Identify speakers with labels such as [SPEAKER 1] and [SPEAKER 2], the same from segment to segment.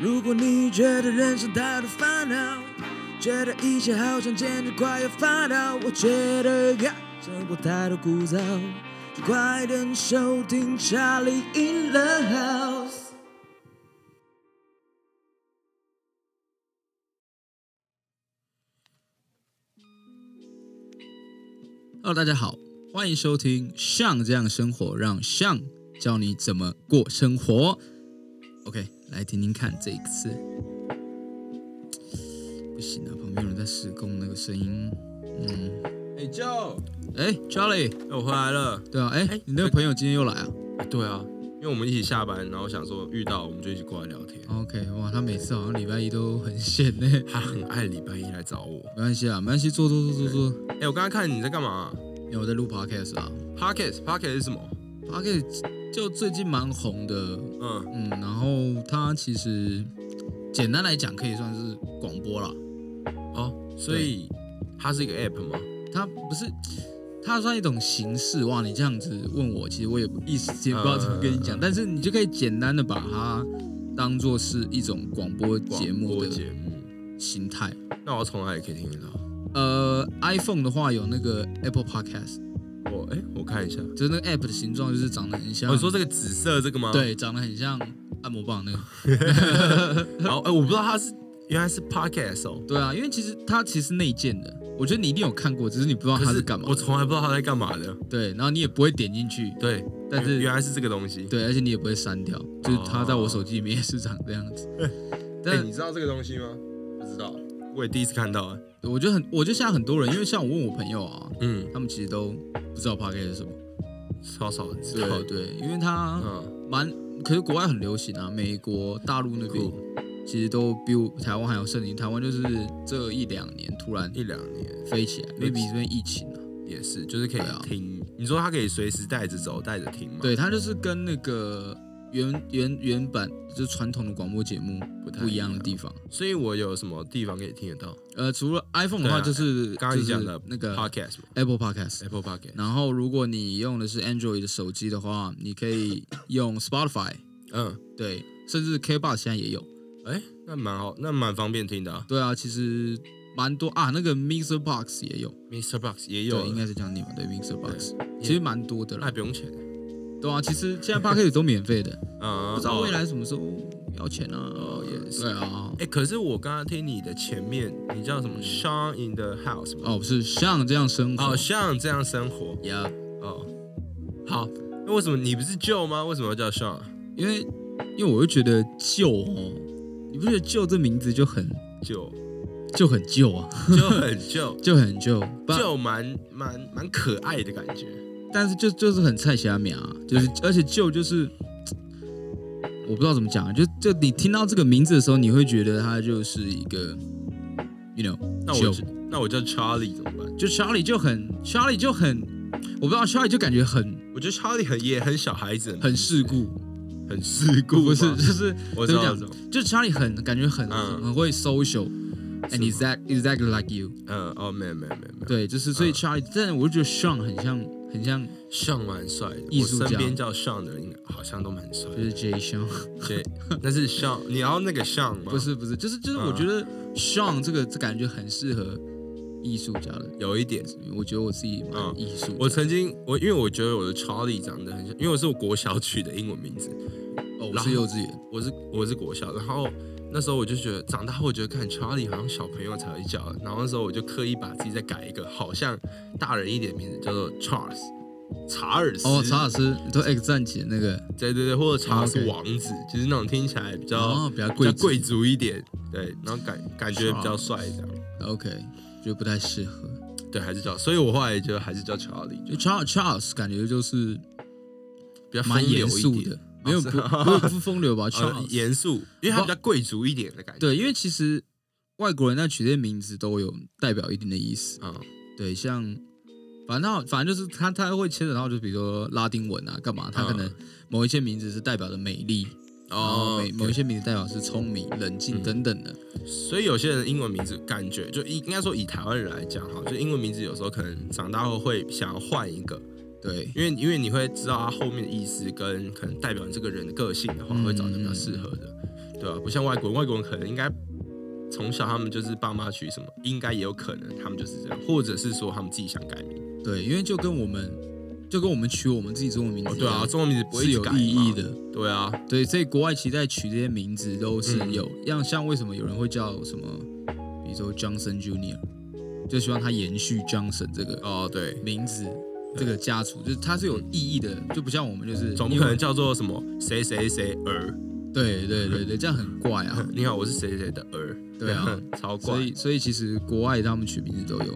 [SPEAKER 1] 如果你觉得人生太多烦恼，觉得一切好像简直快要发抖，我觉得呀，生活太多枯燥，就快点收听《Charlie in the House》。
[SPEAKER 2] Hello，大家好，欢迎收听《像这样生活》，让像教你怎么过生活。OK，来听听看这一次。不行啊，旁边有人在施工，那个声音，嗯，
[SPEAKER 3] 哎、Joe，
[SPEAKER 2] 哎，Charlie，
[SPEAKER 3] 哎我回来了。
[SPEAKER 2] 对啊，哎
[SPEAKER 3] 哎，
[SPEAKER 2] 你那个朋友今天又来啊
[SPEAKER 3] 对啊，因为我们一起下班，然后想说遇到我们就一起过来聊天。
[SPEAKER 2] ？OK，哇，他每次好像礼拜一都很闲呢。
[SPEAKER 3] 他很爱礼拜一来找我。
[SPEAKER 2] 没关系啊，没关系，坐坐坐坐坐。
[SPEAKER 3] 哎、我刚刚看你在干嘛
[SPEAKER 2] 因为我在录 Podcast 啊
[SPEAKER 3] ？Pocket，Pocket 是什么？
[SPEAKER 2] ，Podcast 就最近蛮红的，
[SPEAKER 3] 嗯，
[SPEAKER 2] 嗯，然后它其实简单来讲可以算是广播啦。
[SPEAKER 3] 哦，所以它是一个 App 吗？
[SPEAKER 2] 它不是，它算一种形式哇！你这样子问我，其实我也一时间不知道怎么跟你讲，
[SPEAKER 3] 嗯嗯嗯
[SPEAKER 2] 但是你就可以简单的把它当做是一种广播节
[SPEAKER 3] 广
[SPEAKER 2] 目
[SPEAKER 3] 播
[SPEAKER 2] 的
[SPEAKER 3] 节目。
[SPEAKER 2] 形态。
[SPEAKER 3] 那我从哪里可以听得到？
[SPEAKER 2] 呃，iPhone 的话有那个 Apple Podcast，
[SPEAKER 3] 我哎、我看一下。
[SPEAKER 2] 就是那个 App 的形状就是长得很像，
[SPEAKER 3] 哦，你说这个紫色这个吗？。
[SPEAKER 2] 对，长得很像按摩棒那个。
[SPEAKER 3] 然后哎、我不知道它是原来是 Podcast 哦。
[SPEAKER 2] 对啊，因为其实它其实内建的，我觉得你一定有看过，只是你不知道哦它
[SPEAKER 3] 可
[SPEAKER 2] 是干嘛
[SPEAKER 3] 我。从来不知道它在干嘛的。
[SPEAKER 2] 对，然后你也不会点进去，
[SPEAKER 3] 对，
[SPEAKER 2] 但是
[SPEAKER 3] 原来是这个东西。
[SPEAKER 2] 对，而且你也不会删掉，就是它在我手机里面也是长这样子。
[SPEAKER 3] 哎、
[SPEAKER 2] 但
[SPEAKER 3] 你知道这个东西吗？不知道，我也第一次看到、哎
[SPEAKER 2] 我觉得很，我觉得现在很多人，因为像我问我朋友啊，
[SPEAKER 3] 嗯，
[SPEAKER 2] 他们其实都不知道 podcast 是什么。
[SPEAKER 3] 超少人知道
[SPEAKER 2] 对
[SPEAKER 3] 的。
[SPEAKER 2] 对，因为它
[SPEAKER 3] 嗯，
[SPEAKER 2] 蛮，可是国外很流行啊，美国、大陆那边
[SPEAKER 3] 酷
[SPEAKER 2] 其实都比我台湾还要盛行。台湾就是这一两年突然
[SPEAKER 3] 一两年
[SPEAKER 2] 飞起来，因为比这边疫情啊。
[SPEAKER 3] 也是，就是可以
[SPEAKER 2] 对啊
[SPEAKER 3] 听。你说他可以随时带着走，带着听吗？，
[SPEAKER 2] 对，它就是跟那个原原原版就是传统的广播节目
[SPEAKER 3] 不太
[SPEAKER 2] 不一样的地方。
[SPEAKER 3] 所以我有什么地方可以听得到
[SPEAKER 2] 呃，除了 iPhone 的话，
[SPEAKER 3] 对啊
[SPEAKER 2] 就是
[SPEAKER 3] 刚刚
[SPEAKER 2] 就
[SPEAKER 3] 你讲
[SPEAKER 2] 是
[SPEAKER 3] 的
[SPEAKER 2] 那个
[SPEAKER 3] podcast 吗
[SPEAKER 2] Apple Podcast。
[SPEAKER 3] ？Apple Podcast，
[SPEAKER 2] 然后，如果你用的是 Android 的手机的话，你可以用 Spotify，
[SPEAKER 3] 嗯，
[SPEAKER 2] 对，甚至 KBox 现在也有。
[SPEAKER 3] 哎，那蛮好，那蛮方便听的啊。
[SPEAKER 2] 对啊，其实蛮多啊，那个 Mixer Box 也有，
[SPEAKER 3] Mr. Box 也有哎
[SPEAKER 2] 对，应
[SPEAKER 3] 了，
[SPEAKER 2] 该是这样念吧？对，Mixer Box 其实蛮多的
[SPEAKER 3] 那还
[SPEAKER 2] 啦。
[SPEAKER 3] 不用钱。
[SPEAKER 2] 对啊，其实现在 p o d c a s 都免费的，
[SPEAKER 3] 嗯，
[SPEAKER 2] 不知道未
[SPEAKER 3] 哦。
[SPEAKER 2] 来什么时候要钱啊？
[SPEAKER 3] 哦也是
[SPEAKER 2] 对啊。
[SPEAKER 3] 哎，可是我刚刚听你的前面，你叫什么？Sean in the house 吗？
[SPEAKER 2] 嗯哦，不是像这样生活。
[SPEAKER 3] 哦，像这样生活。
[SPEAKER 2] 呀
[SPEAKER 3] 哦，好，那为什么你不是舅吗？为什么要叫 Sean
[SPEAKER 2] 因为因为我会觉得旧哦，你不觉得旧这名字就很
[SPEAKER 3] 舅？
[SPEAKER 2] 就很旧啊，
[SPEAKER 3] 就很舅。
[SPEAKER 2] 就很旧，不
[SPEAKER 3] 就蛮蛮蛮可爱的感觉。
[SPEAKER 2] 但是就就是很菜虾米啊，就是而且旧就是我不知道怎么讲啊，就就你听到这个名字的时候，你会觉得它就是一个，you know，
[SPEAKER 3] 那我就那我叫 Charlie 怎么办？
[SPEAKER 2] 就 Charlie 就很 Charlie 就很，我不知道 Charlie 就感觉很
[SPEAKER 3] 我觉得 Charlie 很也很小孩子，
[SPEAKER 2] 很世故，
[SPEAKER 3] 很世故吗，
[SPEAKER 2] 不是就是
[SPEAKER 3] 我知
[SPEAKER 2] 怎么
[SPEAKER 3] 道
[SPEAKER 2] 讲
[SPEAKER 3] 这种，
[SPEAKER 2] 就 Charlie 很感觉很、
[SPEAKER 3] 嗯
[SPEAKER 2] 很会 social。
[SPEAKER 3] 是
[SPEAKER 2] And is that is that like you？
[SPEAKER 3] 嗯，哦，没有没有没有没有，
[SPEAKER 2] 对，就是所以
[SPEAKER 3] 嗯
[SPEAKER 2] Charlie，、但我就觉得 Sean 很像，很像
[SPEAKER 3] 上蛮帅的，
[SPEAKER 2] 艺术家
[SPEAKER 3] 我身边叫上的人好像都蛮帅
[SPEAKER 2] 就
[SPEAKER 3] 的，
[SPEAKER 2] 是 Jay Sean，
[SPEAKER 3] 对，那是上，你要那个上吗？
[SPEAKER 2] 不，是不是，就是就是
[SPEAKER 3] 嗯
[SPEAKER 2] 我觉得 Sean 这个这感觉很适合艺术家的，
[SPEAKER 3] 有一点。
[SPEAKER 2] 我觉得我自己蛮
[SPEAKER 3] 嗯
[SPEAKER 2] 艺术的，
[SPEAKER 3] 我曾经我因为我觉得我的 Charlie 长得很像，因为我是我国小取的英文名字，
[SPEAKER 2] 哦我
[SPEAKER 3] 然
[SPEAKER 2] 是
[SPEAKER 3] 后
[SPEAKER 2] 幼稚园，
[SPEAKER 3] 我是我是国小，然后那时候我就觉得长大后我觉得看 Charlie 好像小朋友才会叫，然后那时候我就刻意把自己再改一个好像大人一点的名字，叫做 Charles 查尔斯。
[SPEAKER 2] 哦，查尔斯，你说 X 战警那个，
[SPEAKER 3] 对对对，或者查尔斯
[SPEAKER 2] OK
[SPEAKER 3] 王子，就是那种听起来比较、
[SPEAKER 2] 哦，比较
[SPEAKER 3] 比
[SPEAKER 2] 贵
[SPEAKER 3] 较贵族一点，对，然后感感觉比较帅这样，
[SPEAKER 2] ，OK，觉得不太适合。
[SPEAKER 3] 对，还是叫，所以我后来觉得还是叫 Charlie
[SPEAKER 2] 就
[SPEAKER 3] 就
[SPEAKER 2] Charles Charles 感觉就是
[SPEAKER 3] 比较
[SPEAKER 2] 蛮
[SPEAKER 3] 风
[SPEAKER 2] 严
[SPEAKER 3] 流一
[SPEAKER 2] 肃
[SPEAKER 3] 点
[SPEAKER 2] 的，，没有
[SPEAKER 3] 是
[SPEAKER 2] 不
[SPEAKER 3] 啊
[SPEAKER 2] 不不风 流吧
[SPEAKER 3] 呃
[SPEAKER 2] ，Charles
[SPEAKER 3] 严肃，因为他比较贵族一点的感觉。
[SPEAKER 2] 对，因为其实外国人在取这些名字都有代表一定的意思。
[SPEAKER 3] 嗯，
[SPEAKER 2] 对，像反正他反正就是他他会牵扯到，就比如说拉丁文啊，干嘛？他可能
[SPEAKER 3] 嗯
[SPEAKER 2] 某一些名字是代表着美丽，然后
[SPEAKER 3] 哦
[SPEAKER 2] 每，某一些名字代表是聪明、冷静
[SPEAKER 3] 嗯
[SPEAKER 2] 等等的。
[SPEAKER 3] 所以有些人的英文名字感觉就应应该说以台湾人来讲哈，就英文名字有时候可能长大后会想要换一个，
[SPEAKER 2] 对，
[SPEAKER 3] 因为因为你会知道它后面的意思跟可能代表你这个人的个性的话，
[SPEAKER 2] 嗯
[SPEAKER 3] 会找一个比较适合的。对啊吧、不像外国人，外国人可能应该从小他们就是爸妈取什么，应该也有可能他们就是这样，或者是说他们自己想改名。
[SPEAKER 2] 对，因为就跟我们就跟我们取我们自己中文名字
[SPEAKER 3] 哦，
[SPEAKER 2] 一
[SPEAKER 3] 对
[SPEAKER 2] 样，
[SPEAKER 3] 啊，中文名字不
[SPEAKER 2] 嗯
[SPEAKER 3] 会
[SPEAKER 2] 是
[SPEAKER 3] 一直
[SPEAKER 2] 有
[SPEAKER 3] 改
[SPEAKER 2] 意义
[SPEAKER 3] 嘛。
[SPEAKER 2] 的。
[SPEAKER 3] 对啊，
[SPEAKER 2] 对，所以国外期待取这些名字都是
[SPEAKER 3] 嗯
[SPEAKER 2] 有，像像为什么有人会叫什么，比如说 Johnson Junior，就希望他延续 Johnson 这个
[SPEAKER 3] 哦对，
[SPEAKER 2] 名字，
[SPEAKER 3] 对
[SPEAKER 2] 这个家族，就是它是有意义的，就不像我们就是
[SPEAKER 3] 总不
[SPEAKER 2] 因
[SPEAKER 3] 可
[SPEAKER 2] 为
[SPEAKER 3] 能叫做什么谁谁谁儿。
[SPEAKER 2] 对对对对，这样很怪啊。
[SPEAKER 3] 你好，我是谁谁谁的儿。
[SPEAKER 2] 对啊，
[SPEAKER 3] 超怪
[SPEAKER 2] 所。以所以其实国外他们取名字都有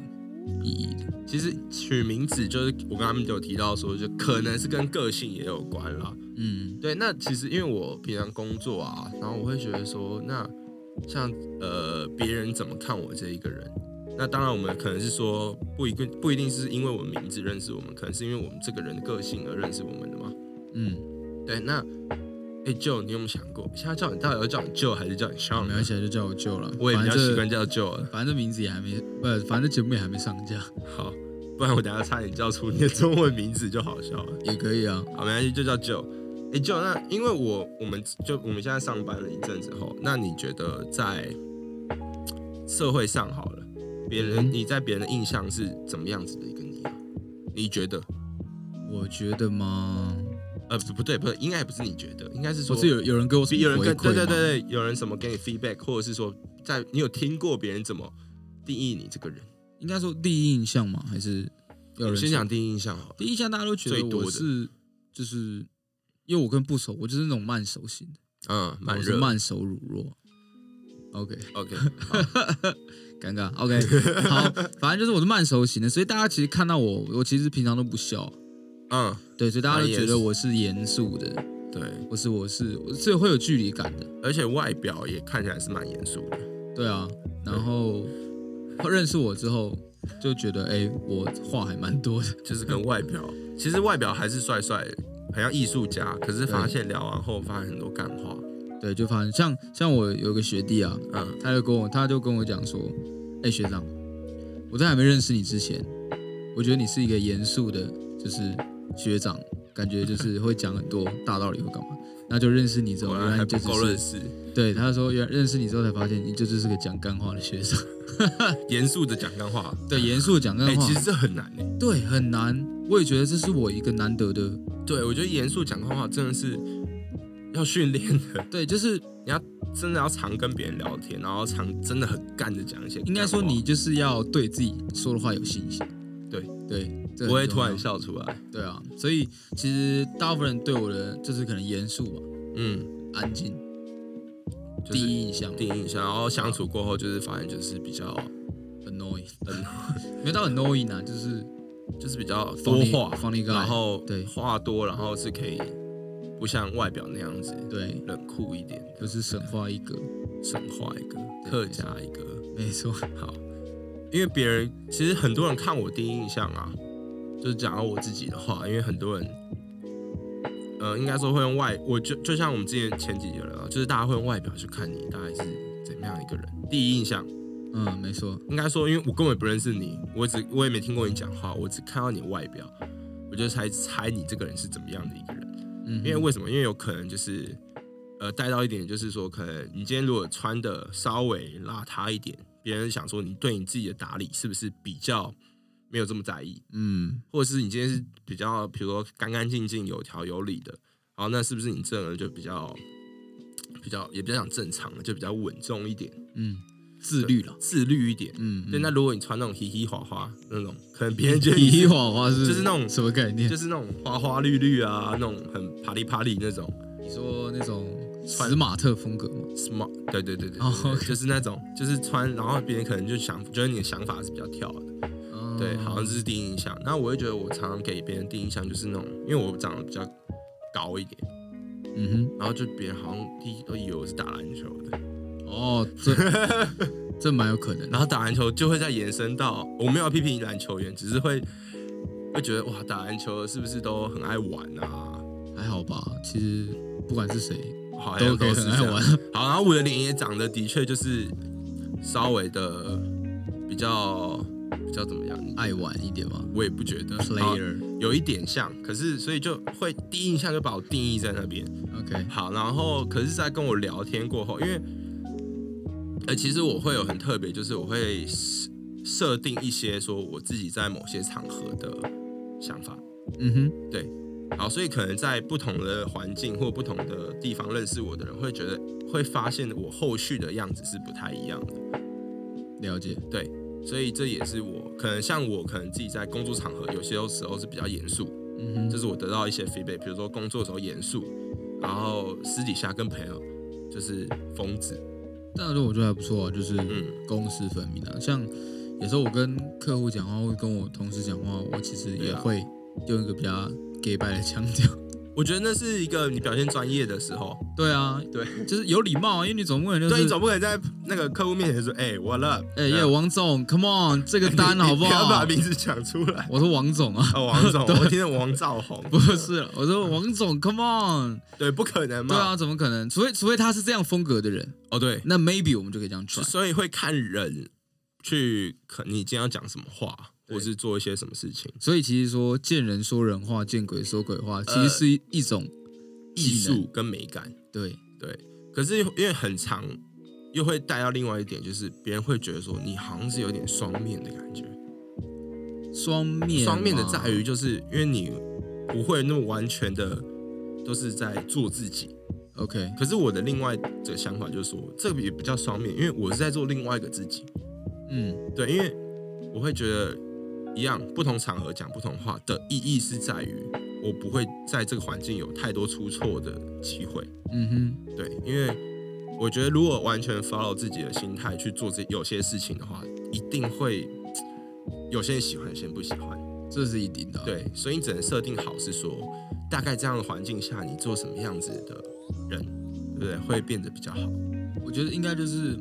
[SPEAKER 2] 意义的，
[SPEAKER 3] 其实取名字就是我跟他们有提到说，就可能是跟个性也有关啦。
[SPEAKER 2] 嗯，
[SPEAKER 3] 对，那其实因为我平常工作啊，然后我会觉得说，那像呃别人怎么看我这一个人？那当然，我们可能是说不一定不一定是因为我们名字认识我们，可能是因为我们这个人的个性而认识我们的嘛。
[SPEAKER 2] 嗯，
[SPEAKER 3] 对，那哎、舅，你有没有想过，现在叫你到底要叫你舅还是叫你
[SPEAKER 2] 我
[SPEAKER 3] Sean？
[SPEAKER 2] 们
[SPEAKER 3] 呢
[SPEAKER 2] 聊起来啊就叫我舅了，
[SPEAKER 3] 嗯我也比
[SPEAKER 2] 反
[SPEAKER 3] 较
[SPEAKER 2] 正
[SPEAKER 3] 习惯叫舅了。
[SPEAKER 2] 反正名字也还没，不，反正节目也还没上架，
[SPEAKER 3] 好，不然我等下差点叫出你的中文名字就好笑了。
[SPEAKER 2] 也可以啊，
[SPEAKER 3] 好，没关系，就叫 Joe。哎、j o e 那因为我我们就我们现在上班了一阵子后，那你觉得在社会上好了，别人、
[SPEAKER 2] 嗯
[SPEAKER 3] 你在别人的印象是怎么样子的一个你啊？你觉得？
[SPEAKER 2] 我觉得嘛，
[SPEAKER 3] 呃，不不对，不对，应该也不是你觉得，应该是
[SPEAKER 2] 不
[SPEAKER 3] 说
[SPEAKER 2] 是有有人给我什
[SPEAKER 3] 比有
[SPEAKER 2] 么
[SPEAKER 3] 人
[SPEAKER 2] 回
[SPEAKER 3] 跟对
[SPEAKER 2] 馈
[SPEAKER 3] 对
[SPEAKER 2] 吗？
[SPEAKER 3] 对对，有人什么给你 feedback，或者是说在你有听过别人怎么定义你这个人？
[SPEAKER 2] 应该说第一印象嘛，还是有人
[SPEAKER 3] 先
[SPEAKER 2] 说
[SPEAKER 3] 讲第一印象好了。
[SPEAKER 2] 第一印象，大家都觉
[SPEAKER 3] 最
[SPEAKER 2] 得
[SPEAKER 3] 多
[SPEAKER 2] 我
[SPEAKER 3] 的
[SPEAKER 2] 是就是因为我跟不熟，我就是那种慢熟型的，
[SPEAKER 3] 嗯，蛮
[SPEAKER 2] 啊我是
[SPEAKER 3] 热。
[SPEAKER 2] 慢熟乳酪。OK，
[SPEAKER 3] OK，
[SPEAKER 2] 尴尬。OK，好， 反正就是我是慢熟型的，所以大家其实看到我，我其实平常都不笑，
[SPEAKER 3] 嗯，
[SPEAKER 2] 对，所以大家
[SPEAKER 3] 蛮
[SPEAKER 2] 都
[SPEAKER 3] 严
[SPEAKER 2] 觉得
[SPEAKER 3] 肃
[SPEAKER 2] 我是严肃的，
[SPEAKER 3] 对，
[SPEAKER 2] 不是我是我是会有距离感的，
[SPEAKER 3] 而且外表也看起来是蛮严肃的。
[SPEAKER 2] 对啊。然后认识我之后，就觉得哎、我话还蛮多的，
[SPEAKER 3] 就是
[SPEAKER 2] 嗯
[SPEAKER 3] 跟外表，其实外表还是帅帅的，很像艺术家。可是发现聊完后，发现很多干话。
[SPEAKER 2] 对，就反正像像我有个学弟啊，
[SPEAKER 3] 嗯，
[SPEAKER 2] 他就跟我，他就跟我讲说，哎、学长，我在还没认识你之前，我觉得你是一个严肃的，就是学长，感觉就是会讲很多大道理或干嘛。那就认识你之后，
[SPEAKER 3] 果
[SPEAKER 2] 原
[SPEAKER 3] 然
[SPEAKER 2] 来
[SPEAKER 3] 哦还
[SPEAKER 2] 你
[SPEAKER 3] 不
[SPEAKER 2] 就
[SPEAKER 3] 够认
[SPEAKER 2] 只是
[SPEAKER 3] 识，
[SPEAKER 2] 对他说，原来认识你之后才发现，你就只是个讲干话的学长，
[SPEAKER 3] 严肃的讲干话。
[SPEAKER 2] 对，严肃地讲
[SPEAKER 3] 哎、
[SPEAKER 2] 干话，
[SPEAKER 3] 其实这很难哎、
[SPEAKER 2] 对很难。我也觉得这是我一个难得的，
[SPEAKER 3] 对，我觉得严肃讲干话真的是要训练的，
[SPEAKER 2] 对，就是
[SPEAKER 3] 真的要常跟别人聊天，然后常真的很干的讲一些干话。
[SPEAKER 2] 应该说你就是要对自己说的话有信心，
[SPEAKER 3] 对
[SPEAKER 2] 对，这很
[SPEAKER 3] 不会突
[SPEAKER 2] 重要
[SPEAKER 3] 然笑出来。
[SPEAKER 2] 对啊，所以其实大部分人对我的就是可能严肃吧，
[SPEAKER 3] 嗯，
[SPEAKER 2] 安静，
[SPEAKER 3] 就是
[SPEAKER 2] 第一印象
[SPEAKER 3] 第一印象，然后相处过后就是发现就是比较
[SPEAKER 2] annoying，没到 annoying 啊，就是
[SPEAKER 3] 就是比较
[SPEAKER 2] 放
[SPEAKER 3] 多
[SPEAKER 2] 你
[SPEAKER 3] 话，
[SPEAKER 2] 放你个，
[SPEAKER 3] 然后
[SPEAKER 2] 对
[SPEAKER 3] 话多，然后是可以不像外表那样子
[SPEAKER 2] 对，
[SPEAKER 3] 冷酷一点，
[SPEAKER 2] 就是神话一个，
[SPEAKER 3] 神话一个，
[SPEAKER 2] 对
[SPEAKER 3] 客家一个。
[SPEAKER 2] 没错，
[SPEAKER 3] 好，因为别人其实很多人看我第一印象啊，就是讲到我自己的话，因为很多人，呃，应该说会用外，我就就像我们之前前几集有聊到，就是大家会用外表去看你大概是怎么样一个人。第一印象
[SPEAKER 2] 嗯，没错，
[SPEAKER 3] 应该说，因为我根本不认识你，我只我也没听过你讲话，我只看到你外表，我就猜猜你这个人是怎么样的一个人。
[SPEAKER 2] 嗯哼，
[SPEAKER 3] 因为为什么？因为有可能就是，呃，带到一点，就是说，可能你今天如果穿的稍微邋遢一点，别人想说你对你自己的打理是不是比较没有这么在意，
[SPEAKER 2] 嗯，
[SPEAKER 3] 或者是你今天是比较，比如说干干净净、有条有理的，然后那是不是你这个人就比较比较也比较讲正常的，就比较稳重一点，
[SPEAKER 2] 嗯，自律了，
[SPEAKER 3] 自律一点。
[SPEAKER 2] 嗯，
[SPEAKER 3] 对，那如果你穿那种嘻嘻哈哈那种，可能别人觉 得你
[SPEAKER 2] 以
[SPEAKER 3] 是
[SPEAKER 2] 花花是
[SPEAKER 3] 就是那种
[SPEAKER 2] 什么概念？
[SPEAKER 3] 就是那种花花绿绿啊，那种很啪里啪里那种。
[SPEAKER 2] 你说那种死马特风格吗？
[SPEAKER 3] smart，对对对对对
[SPEAKER 2] 哦
[SPEAKER 3] 对
[SPEAKER 2] OK
[SPEAKER 3] 就是那种就是穿，然后别人可能就想觉得你的想法是比较跳的，
[SPEAKER 2] 哦
[SPEAKER 3] 对，好像这是第一印象。那我会觉得我常常给别人第一印象就是那种，因为我长得比较高一点，
[SPEAKER 2] 嗯
[SPEAKER 3] 然后就别人好像第一都以为我是打篮球的，
[SPEAKER 2] 哼，哦， 这这蛮有可能的，
[SPEAKER 3] 然后打篮球就会再延伸到我没有批评篮球员，只是会会觉得哇，打篮球是不是都很爱玩啊？
[SPEAKER 2] 还好吧，其实不管是谁
[SPEAKER 3] 好像
[SPEAKER 2] 都可以
[SPEAKER 3] 哎是
[SPEAKER 2] 很
[SPEAKER 3] 这
[SPEAKER 2] 爱
[SPEAKER 3] 样
[SPEAKER 2] 玩。
[SPEAKER 3] 好，然后我的脸也长得的确就是稍微的比较比较怎么样？
[SPEAKER 2] 爱玩一点嘛
[SPEAKER 3] 我也不觉得好
[SPEAKER 2] ，player，OK，、
[SPEAKER 3] 有一点像，可是所以就会第一印象就把我定义在那边。
[SPEAKER 2] OK，
[SPEAKER 3] 好，然后可是，在跟我聊天过后，因为呃，其实我会有很特别，就是我会设设定一些说我自己在某些场合的想法。
[SPEAKER 2] 嗯哼，
[SPEAKER 3] 好，所以可能在不同的环境或不同的地方认识我的人，会觉得会发现我后续的样子是不太一样的。
[SPEAKER 2] 了解，
[SPEAKER 3] 所以这也是我可能像我可能自己在工作场合，有些时候是比较严肃，
[SPEAKER 2] 嗯哼，
[SPEAKER 3] 这是我得到一些 feedback，比如说工作的时候严肃，然后私底下跟朋友就是疯子，
[SPEAKER 2] 但是我觉得还不错啊，就是
[SPEAKER 3] 嗯
[SPEAKER 2] 公私分明啊。像有时候我跟客户讲话，或者跟我同事讲话，我其实
[SPEAKER 3] 对
[SPEAKER 2] 也
[SPEAKER 3] 啊
[SPEAKER 2] 会用一个比较 gay 白的腔调。
[SPEAKER 3] 我觉得那是一个你表现专业的时候，
[SPEAKER 2] 对啊，
[SPEAKER 3] 对，
[SPEAKER 2] 就是有礼貌啊，因为你总不能就是
[SPEAKER 3] 对你总不可能在那个客户面前说，哎、我 w h a t up？
[SPEAKER 2] 哎耶，王总，come on，这个单好不
[SPEAKER 3] 你要把
[SPEAKER 2] 好？
[SPEAKER 3] 名字讲出来。
[SPEAKER 2] 我说王总啊，
[SPEAKER 3] 哦，王总，我听着王兆宏，
[SPEAKER 2] 不是，我说王总，come on，
[SPEAKER 3] 对，不可能嘛。
[SPEAKER 2] 对啊，怎么可能？除非除非他是这样风格的人，
[SPEAKER 3] 哦对，
[SPEAKER 2] 那 maybe 我们就可以这样 try。
[SPEAKER 3] 所以会看人去，可你今天要讲什么话，
[SPEAKER 2] 对
[SPEAKER 3] 或是做一些什么事情，
[SPEAKER 2] 所以其实说见人说人话，见鬼说鬼话，其实
[SPEAKER 3] 呃
[SPEAKER 2] 是一一种
[SPEAKER 3] 艺
[SPEAKER 2] 技能
[SPEAKER 3] 术跟美感。
[SPEAKER 2] 对，
[SPEAKER 3] 可是因为很长，又会带到另外一点，就是别人会觉得说你好像是有点双面的感觉。
[SPEAKER 2] 双面
[SPEAKER 3] 双面的
[SPEAKER 2] 嘛
[SPEAKER 3] 在于，就是因为你不会那么完全的都是在做自己。
[SPEAKER 2] OK，
[SPEAKER 3] 可是我的另外的想法就是说，这个也比较双面，因为我是在做另外一个自己。
[SPEAKER 2] 嗯，
[SPEAKER 3] 对，因为我会觉得一样，不同场合讲不同话的意义是在于，我不会在这个环境有太多出错的机会。
[SPEAKER 2] 嗯哼，
[SPEAKER 3] 对，因为我觉得如果完全 follow 自己的心态去做这有些事情的话，一定会有些人喜欢，有些人不喜欢。
[SPEAKER 2] 这是一定的啊、
[SPEAKER 3] 对，所以你只能设定好是说，大概这样的环境下，你做什么样子的人，对不对？会变得比较好。
[SPEAKER 2] 我觉得应该就是，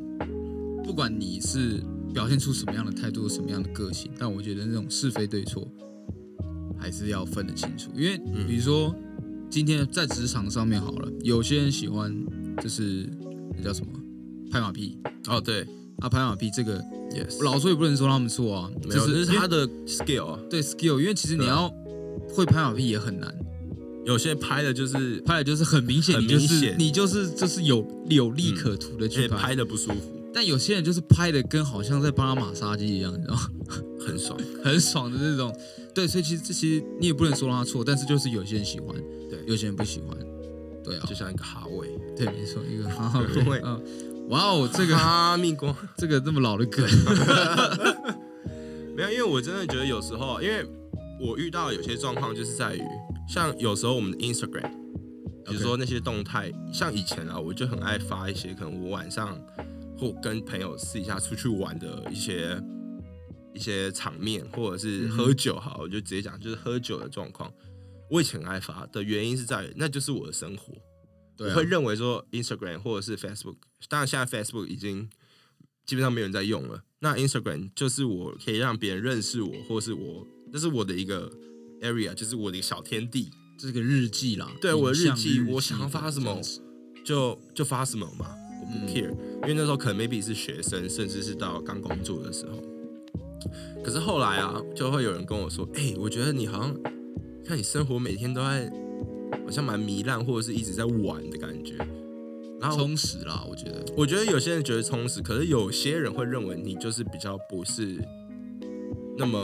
[SPEAKER 2] 不管你是表现出什么样的态度、什么样的个性，但我觉得那种是非对错还是要分得清楚。因为
[SPEAKER 3] 嗯
[SPEAKER 2] 比如说，今天在职场上面好了，有些人喜欢就是那叫什么拍马屁
[SPEAKER 3] 哦，对
[SPEAKER 2] 啊，拍马屁这个
[SPEAKER 3] ，yes，
[SPEAKER 2] 老说也不能说他们错啊，
[SPEAKER 3] 没
[SPEAKER 2] 就
[SPEAKER 3] 有，这
[SPEAKER 2] 是
[SPEAKER 3] 是他
[SPEAKER 2] 的
[SPEAKER 3] 的 skill 啊。
[SPEAKER 2] 对 skill，因为其实你
[SPEAKER 3] 对啊
[SPEAKER 2] 要会拍马屁也很难。
[SPEAKER 3] 有些拍的就是，
[SPEAKER 2] 拍的就是很明显，
[SPEAKER 3] 很
[SPEAKER 2] 你就
[SPEAKER 3] 明
[SPEAKER 2] 是
[SPEAKER 3] 显
[SPEAKER 2] 你就是就是有有利可图的
[SPEAKER 3] 而且
[SPEAKER 2] 去拍，
[SPEAKER 3] 拍的不舒服，
[SPEAKER 2] 但有些人就是拍的跟好像在帮他马杀鸡一样，你知道吗？
[SPEAKER 3] 很爽。
[SPEAKER 2] 很爽的那种。对，所以其实这其实你也不能说他错，但是就是有些人喜欢，
[SPEAKER 3] 对，
[SPEAKER 2] 有些人不喜欢。对啊
[SPEAKER 3] 就，像一个哈味，
[SPEAKER 2] 对，没错，一个哈哈
[SPEAKER 3] 因为
[SPEAKER 2] 啊，哇哦，这 个
[SPEAKER 3] 哈密 瓜。
[SPEAKER 2] 这个这么老的梗，
[SPEAKER 3] 没有，因为我真的觉得有时候，因为我遇到有些状况就是在于，像有时候我们的 Instagram，比如说那些动态像以前啊，我就很爱发一些可能我晚上或跟朋友私底下出去玩的一些一些场面，或者是
[SPEAKER 2] 嗯哼
[SPEAKER 3] 喝酒哈，我就直接讲就是喝酒的状况。我以前很爱发的原因是在于，那就是我的生活。
[SPEAKER 2] 对
[SPEAKER 3] 我
[SPEAKER 2] 啊
[SPEAKER 3] 会，认为说 Instagram 或者是 Facebook，当然现在 Facebook 已经基本上没有人在用了。那 Instagram 就是我可以让别人认识我，或是我这是我的一个 area，就是我的一个小天地，
[SPEAKER 2] 这个日记啦，
[SPEAKER 3] 对我的日
[SPEAKER 2] 影像
[SPEAKER 3] 记
[SPEAKER 2] 记，
[SPEAKER 3] 我想要发什么
[SPEAKER 2] 这样子
[SPEAKER 3] 就就发什么嘛，我
[SPEAKER 2] 嗯
[SPEAKER 3] 不 care，、因为那时候可能 maybe 是学生，甚至是到刚工作的时候。可是后来啊，就会有人跟我说：“哎、我觉得你好像看你生活每天都在，好像蛮糜烂，或者是一直在玩的感觉。”然后我
[SPEAKER 2] 充实啦，我觉得
[SPEAKER 3] 我觉得有些人觉得充实，可是有些人会认为你就是比较不是那么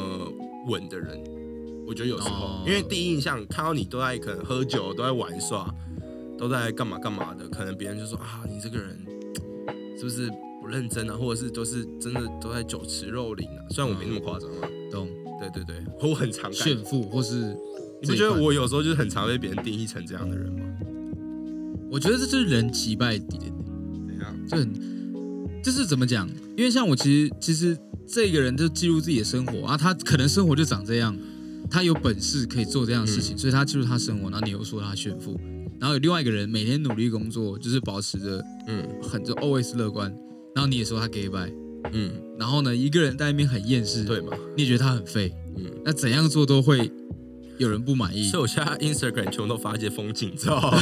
[SPEAKER 3] 稳的人。我觉得有时候，
[SPEAKER 2] 哦
[SPEAKER 3] 因为第一印象看到你都在可能喝酒，都在玩耍，都在干嘛干嘛的，可能别人就说啊，你这个人是不是不认真啊，或者是都是真的都在酒池肉林啊？虽然我没那么夸张啊，
[SPEAKER 2] 懂
[SPEAKER 3] 对对对，我很常感，
[SPEAKER 2] 炫富或是
[SPEAKER 3] 你不觉得我有时候就是很常被别人定义成这样的人吗？
[SPEAKER 2] 我觉得这就是人击败敌人。
[SPEAKER 3] 怎样？
[SPEAKER 2] 就很，就是怎么讲？因为像我其实其实这个人就记录自己的生活啊，他可能生活就长这样，他有本事可以做这样的事
[SPEAKER 3] 嗯
[SPEAKER 2] 情，所以他记录他生活，然后你又说他炫富，然后有另外一个人每天努力工作，就是保持着
[SPEAKER 3] 嗯
[SPEAKER 2] 很就 always 乐观，然后你也说他 gay bye，
[SPEAKER 3] 嗯，
[SPEAKER 2] 然后呢一个人在那边很厌世，
[SPEAKER 3] 对，嘛，
[SPEAKER 2] 你也觉得他很废，
[SPEAKER 3] 嗯。
[SPEAKER 2] 那怎样做都会有人不满意
[SPEAKER 3] 所以，我现在 Instagram 全部都发一些风景照，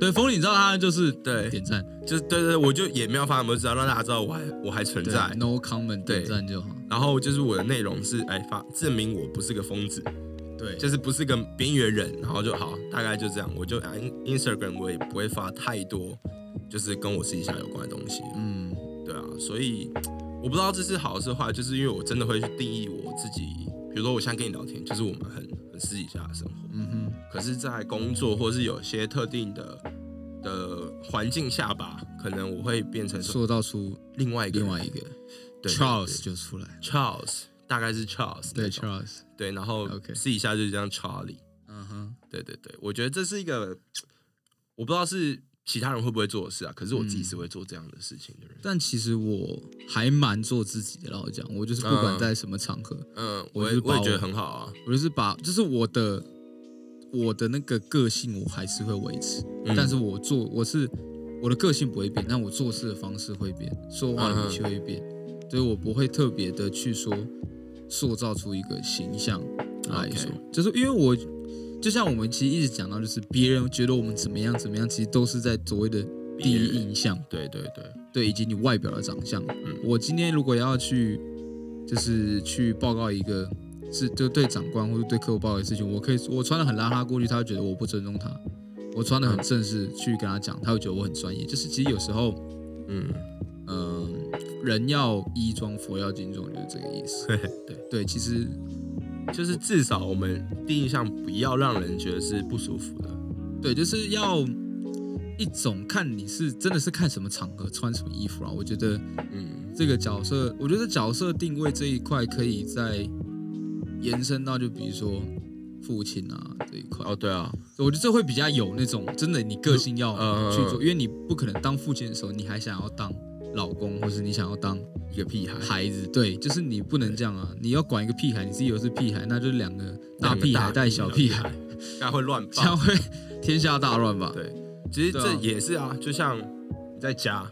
[SPEAKER 2] 对风景照他就是
[SPEAKER 3] 对
[SPEAKER 2] 点赞，
[SPEAKER 3] 就是对对，对我就也没有发什么，只要让大家知道我还我还存
[SPEAKER 2] 对
[SPEAKER 3] 在。
[SPEAKER 2] no comment
[SPEAKER 3] 对
[SPEAKER 2] 点赞就好，
[SPEAKER 3] 然后就是我的内容是，哎，发证明我不是个疯子，
[SPEAKER 2] 对，
[SPEAKER 3] 就是不是个边缘人，然后就好，大概就这样。我就哎 Instagram 我也不会发太多，就是跟我私底下有关的东西。
[SPEAKER 2] 嗯，
[SPEAKER 3] 对啊，所以我不知道这是好是坏，就是因为我真的会去定义我自己。比如说，我现在跟你聊天，就是我们很很私底下的生活。
[SPEAKER 2] 嗯哼，
[SPEAKER 3] 可是，在工作或是有些特定的的环境下吧，可能我会变成说
[SPEAKER 2] 塑造出
[SPEAKER 3] 另外一个
[SPEAKER 2] 另
[SPEAKER 3] 人
[SPEAKER 2] 外一个
[SPEAKER 3] 对
[SPEAKER 2] Charles 就出来，
[SPEAKER 3] Charles，大概是 Charles
[SPEAKER 2] 对
[SPEAKER 3] 那种
[SPEAKER 2] Charles，
[SPEAKER 3] 对，然后
[SPEAKER 2] OK
[SPEAKER 3] 私底下就是这样 Charlie。
[SPEAKER 2] 嗯哼，
[SPEAKER 3] 对对对，我觉得这是一个我不知道是其他人会不会做的事啊，可是我自己是会做这样的事情的人。
[SPEAKER 2] 但其实我还蛮做自己的，老实讲，我就是不管
[SPEAKER 3] 嗯
[SPEAKER 2] 在什么场合，
[SPEAKER 3] 嗯，
[SPEAKER 2] 我
[SPEAKER 3] 我
[SPEAKER 2] 就是
[SPEAKER 3] 也我也
[SPEAKER 2] 把
[SPEAKER 3] 觉得
[SPEAKER 2] 我
[SPEAKER 3] 很好啊。
[SPEAKER 2] 我就是把就是我的我的那个个性我还是会维持，
[SPEAKER 3] 嗯
[SPEAKER 2] 哦但是我做我是我的个性不会变，但我做事的方式会变，说话的语
[SPEAKER 3] 嗯
[SPEAKER 2] 气会变，所以我不会特别的去说塑造出一个形象来啊说
[SPEAKER 3] 啊 OK
[SPEAKER 2] 就是因为我就像我们其实一直讲到，就是别人觉得我们怎么样怎么样，其实都是在所谓的第一印象。
[SPEAKER 3] 对对对，
[SPEAKER 2] 对，以及你外表的长相。
[SPEAKER 3] 嗯
[SPEAKER 2] 我今天如果要去，就是去报告一个是就对长官或者对客户报告的事情，我可以我穿的很邋遢过去，他会觉得我不尊重他；我穿的很正式去跟他讲，他会觉得我很专业。就是其实有时候，
[SPEAKER 3] 嗯，
[SPEAKER 2] 嗯、人要衣装，佛要金装，就是这个意 思。
[SPEAKER 3] 对。
[SPEAKER 2] 对，其实
[SPEAKER 3] 就是至少我们第一印象不要让人觉得是不舒服的。
[SPEAKER 2] 对，就是要一种看你是真的是看什么场合穿什么衣服啊。我觉得。
[SPEAKER 3] 嗯
[SPEAKER 2] 这个角色，我觉得角色定位这一块可以再延伸到，就比如说父亲啊这一块。
[SPEAKER 3] 哦，对啊，
[SPEAKER 2] 我觉得这会比较有那种真的你个性要
[SPEAKER 3] 嗯嗯嗯
[SPEAKER 2] 去做，因为你不可能当父亲的时候，你还想要当老公，或是你想要当
[SPEAKER 3] 一个屁孩，
[SPEAKER 2] 孩子，对，就是你不能这样啊！你要管一个屁孩，你自己又是屁孩，那就是两个大
[SPEAKER 3] 两个
[SPEAKER 2] 屁孩带小屁
[SPEAKER 3] 孩
[SPEAKER 2] 孩，，
[SPEAKER 3] 大家会乱
[SPEAKER 2] 这样
[SPEAKER 3] 爆。
[SPEAKER 2] 会 天下大乱吧？
[SPEAKER 3] 对，其实
[SPEAKER 2] 对啊
[SPEAKER 3] 这也是啊，就像你在家，